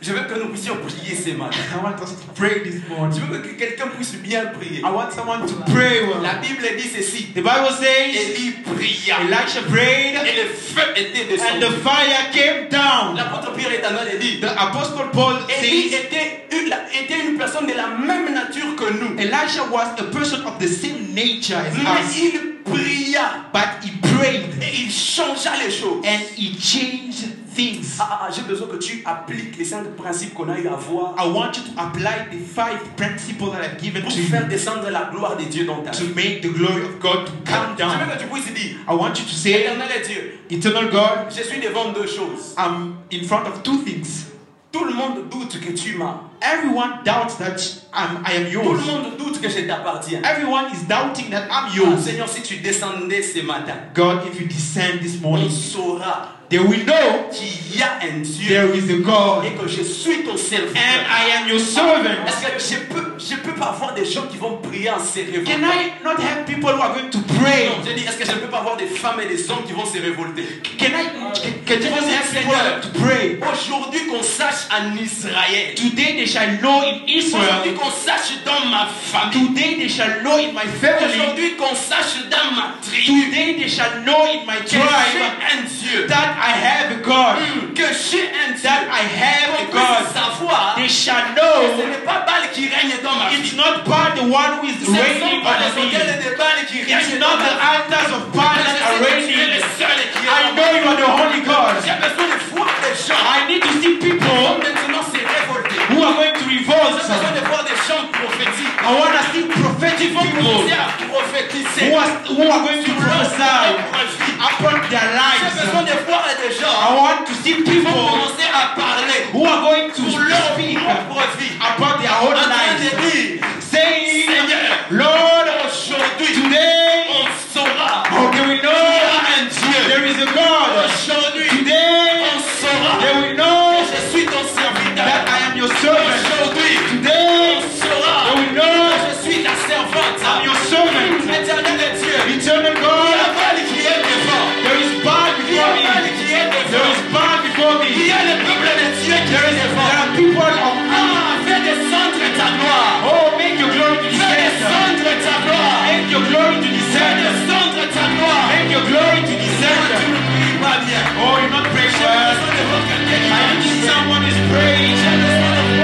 [SPEAKER 3] Je veux que nous puissions prier ce matin.
[SPEAKER 6] I want us to pray this
[SPEAKER 3] Je
[SPEAKER 6] morning.
[SPEAKER 3] veux que quelqu'un puisse bien prier.
[SPEAKER 6] I want someone to pray well.
[SPEAKER 3] La Bible dit ceci.
[SPEAKER 2] The Bible says
[SPEAKER 3] Élie pria.
[SPEAKER 2] Elisha prayed,
[SPEAKER 3] Et le feu était
[SPEAKER 2] and the
[SPEAKER 3] descendu.
[SPEAKER 2] fire came down.
[SPEAKER 3] L'apôtre Pierre est en train de dire.
[SPEAKER 2] The Apostle Paul
[SPEAKER 3] Élie
[SPEAKER 2] says
[SPEAKER 3] était une, la- était une personne de la même nature que nous.
[SPEAKER 2] Elisha was a person of the same nature as
[SPEAKER 3] Mais
[SPEAKER 2] us,
[SPEAKER 3] il pria.
[SPEAKER 2] but he prayed
[SPEAKER 3] Et il changea les choses.
[SPEAKER 2] and he changed things.
[SPEAKER 3] Ah, ah, ah, j'ai besoin que tu appliques les cinq principes qu'on a eu à voir
[SPEAKER 2] I want you to apply the five principles that I've given
[SPEAKER 3] pour
[SPEAKER 2] to
[SPEAKER 3] faire
[SPEAKER 2] you
[SPEAKER 3] descendre la gloire de Dieu dans ta vie.
[SPEAKER 2] to make the glory of God to come
[SPEAKER 3] Je veux
[SPEAKER 2] down.
[SPEAKER 3] que tu puisses dire,
[SPEAKER 2] I want you to say,
[SPEAKER 3] Éternel est Dieu,
[SPEAKER 2] Eternal God,
[SPEAKER 3] je suis devant deux choses.
[SPEAKER 2] I'm in front of two things.
[SPEAKER 3] Tout le monde doute que tu m'as.
[SPEAKER 2] Everyone doubts that I'm, I am
[SPEAKER 3] Tout le
[SPEAKER 2] yours.
[SPEAKER 3] monde doute que je t'appartiens.
[SPEAKER 2] Everyone is doubting that I'm
[SPEAKER 3] Ah,
[SPEAKER 2] yours.
[SPEAKER 3] Seigneur, si tu descendais ce matin,
[SPEAKER 2] God, if you descend this
[SPEAKER 3] on
[SPEAKER 2] morning,
[SPEAKER 3] saura
[SPEAKER 2] they will know
[SPEAKER 3] qu'il y a un Dieu
[SPEAKER 2] there is a God
[SPEAKER 3] et que je suis ton
[SPEAKER 2] and
[SPEAKER 3] serviteur.
[SPEAKER 2] I am your servant.
[SPEAKER 3] Est-ce que je peux, je peux pas voir des gens qui vont prier en se révoltant
[SPEAKER 2] Can I not have people who are going to pray?
[SPEAKER 3] Non, je dis, est-ce que je ne peux pas voir des femmes et des hommes qui vont se révolter
[SPEAKER 2] Can I can, can you just have people who are going to pray?
[SPEAKER 3] Aujourd'hui, qu'on sache en Israël,
[SPEAKER 2] Today they shall know in
[SPEAKER 3] aujourd'hui,
[SPEAKER 2] Israel.
[SPEAKER 3] qu'on sache dans ma famille,
[SPEAKER 2] Today they shall know in my family.
[SPEAKER 3] aujourd'hui, qu'on sache dans ma tribu,
[SPEAKER 2] Today they shall know in my
[SPEAKER 3] que j'ai
[SPEAKER 2] tribe
[SPEAKER 3] un Dieu.
[SPEAKER 2] that I have a God.
[SPEAKER 3] Hmm, Que j'ai un Dieu.
[SPEAKER 2] That I have a
[SPEAKER 3] Qu'on puisse
[SPEAKER 2] God.
[SPEAKER 3] savoir
[SPEAKER 2] They shall
[SPEAKER 3] que
[SPEAKER 2] know
[SPEAKER 3] ce n'est pas Baal qui règne dans ma vie.
[SPEAKER 2] It's not by the one who is
[SPEAKER 3] Ce ne sont
[SPEAKER 2] reigning
[SPEAKER 3] pas
[SPEAKER 2] over
[SPEAKER 3] les
[SPEAKER 2] me.
[SPEAKER 3] hôtels de Baal qui
[SPEAKER 2] It's
[SPEAKER 3] règnent dans
[SPEAKER 2] not
[SPEAKER 3] ma
[SPEAKER 2] the
[SPEAKER 3] vie.
[SPEAKER 2] altars of power
[SPEAKER 3] Je sais
[SPEAKER 2] that are
[SPEAKER 3] que tu es le
[SPEAKER 2] reigning.
[SPEAKER 3] seul qui est
[SPEAKER 2] I
[SPEAKER 3] dans ma
[SPEAKER 2] know
[SPEAKER 3] vie.
[SPEAKER 2] you are the Holy God.
[SPEAKER 3] J'ai besoin de voir des gens
[SPEAKER 2] I need to see
[SPEAKER 3] qui
[SPEAKER 2] people
[SPEAKER 3] maintenant se révolter.
[SPEAKER 2] who are going to
[SPEAKER 3] J'ai besoin
[SPEAKER 2] revolt.
[SPEAKER 3] de voir des gens prophétiques.
[SPEAKER 2] I want to see
[SPEAKER 3] Ils
[SPEAKER 2] prophetic
[SPEAKER 3] vont commencer
[SPEAKER 2] people
[SPEAKER 3] à prophétiser.
[SPEAKER 2] who are, who are going to
[SPEAKER 3] Sur leur
[SPEAKER 2] prophesy
[SPEAKER 3] propre vie.
[SPEAKER 2] upon their
[SPEAKER 3] J'ai besoin de
[SPEAKER 2] lives.
[SPEAKER 3] voir des gens
[SPEAKER 2] I want to see
[SPEAKER 3] qui vont
[SPEAKER 2] people
[SPEAKER 3] commencer à parler
[SPEAKER 2] who are going to
[SPEAKER 3] pour leur
[SPEAKER 2] speak
[SPEAKER 3] propre vie.
[SPEAKER 2] about their
[SPEAKER 3] En
[SPEAKER 2] own
[SPEAKER 3] train
[SPEAKER 2] lives,
[SPEAKER 3] de dire,
[SPEAKER 2] saying,
[SPEAKER 3] Seigneur,
[SPEAKER 2] Lord,
[SPEAKER 3] aujourd'hui,
[SPEAKER 2] today
[SPEAKER 3] on saura
[SPEAKER 2] okay, we
[SPEAKER 3] qu'il y
[SPEAKER 2] know
[SPEAKER 3] a un Dieu.
[SPEAKER 2] there is a God.
[SPEAKER 3] Aujourd'hui,
[SPEAKER 2] Today
[SPEAKER 3] on saura
[SPEAKER 2] they will know
[SPEAKER 3] je suis ton
[SPEAKER 2] that
[SPEAKER 3] serviteur.
[SPEAKER 2] I am your servant.
[SPEAKER 3] Aujourd'hui, on
[SPEAKER 2] Today they
[SPEAKER 3] saura
[SPEAKER 2] will know
[SPEAKER 3] je suis ta
[SPEAKER 2] I'm your
[SPEAKER 3] servante.
[SPEAKER 2] servant.
[SPEAKER 3] Éternel de Dieu, il y a
[SPEAKER 2] Eternal
[SPEAKER 3] Baal
[SPEAKER 2] God,
[SPEAKER 3] qui est devant.
[SPEAKER 2] there is bad
[SPEAKER 3] Il y a Baal
[SPEAKER 2] before me.
[SPEAKER 3] qui est
[SPEAKER 2] There
[SPEAKER 3] devant.
[SPEAKER 2] is bad before
[SPEAKER 3] Il y
[SPEAKER 2] me.
[SPEAKER 3] a le peuple de Dieu qui est
[SPEAKER 2] There
[SPEAKER 3] devant.
[SPEAKER 2] are people
[SPEAKER 3] Ah,
[SPEAKER 2] of
[SPEAKER 3] fais descendre ta gloire.
[SPEAKER 2] Oh, make your glory to
[SPEAKER 3] Fais
[SPEAKER 2] descend.
[SPEAKER 3] descendre ta gloire.
[SPEAKER 2] Make your glory to
[SPEAKER 3] Fais
[SPEAKER 2] descend.
[SPEAKER 3] descendre ta gloire.
[SPEAKER 2] Make your glory to descend. Oh,
[SPEAKER 3] Tu ne pries pas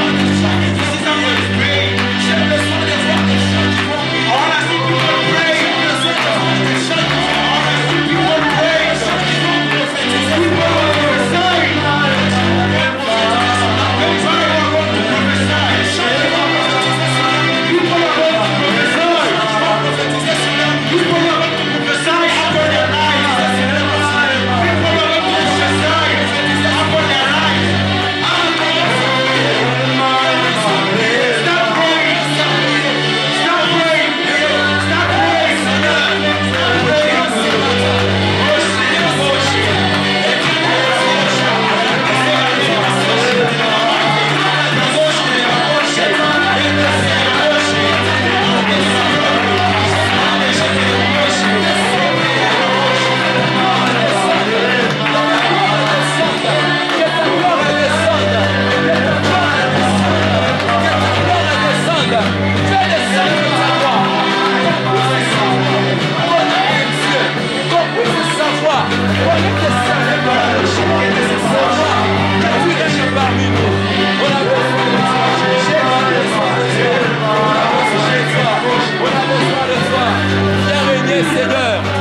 [SPEAKER 3] Oh, lift the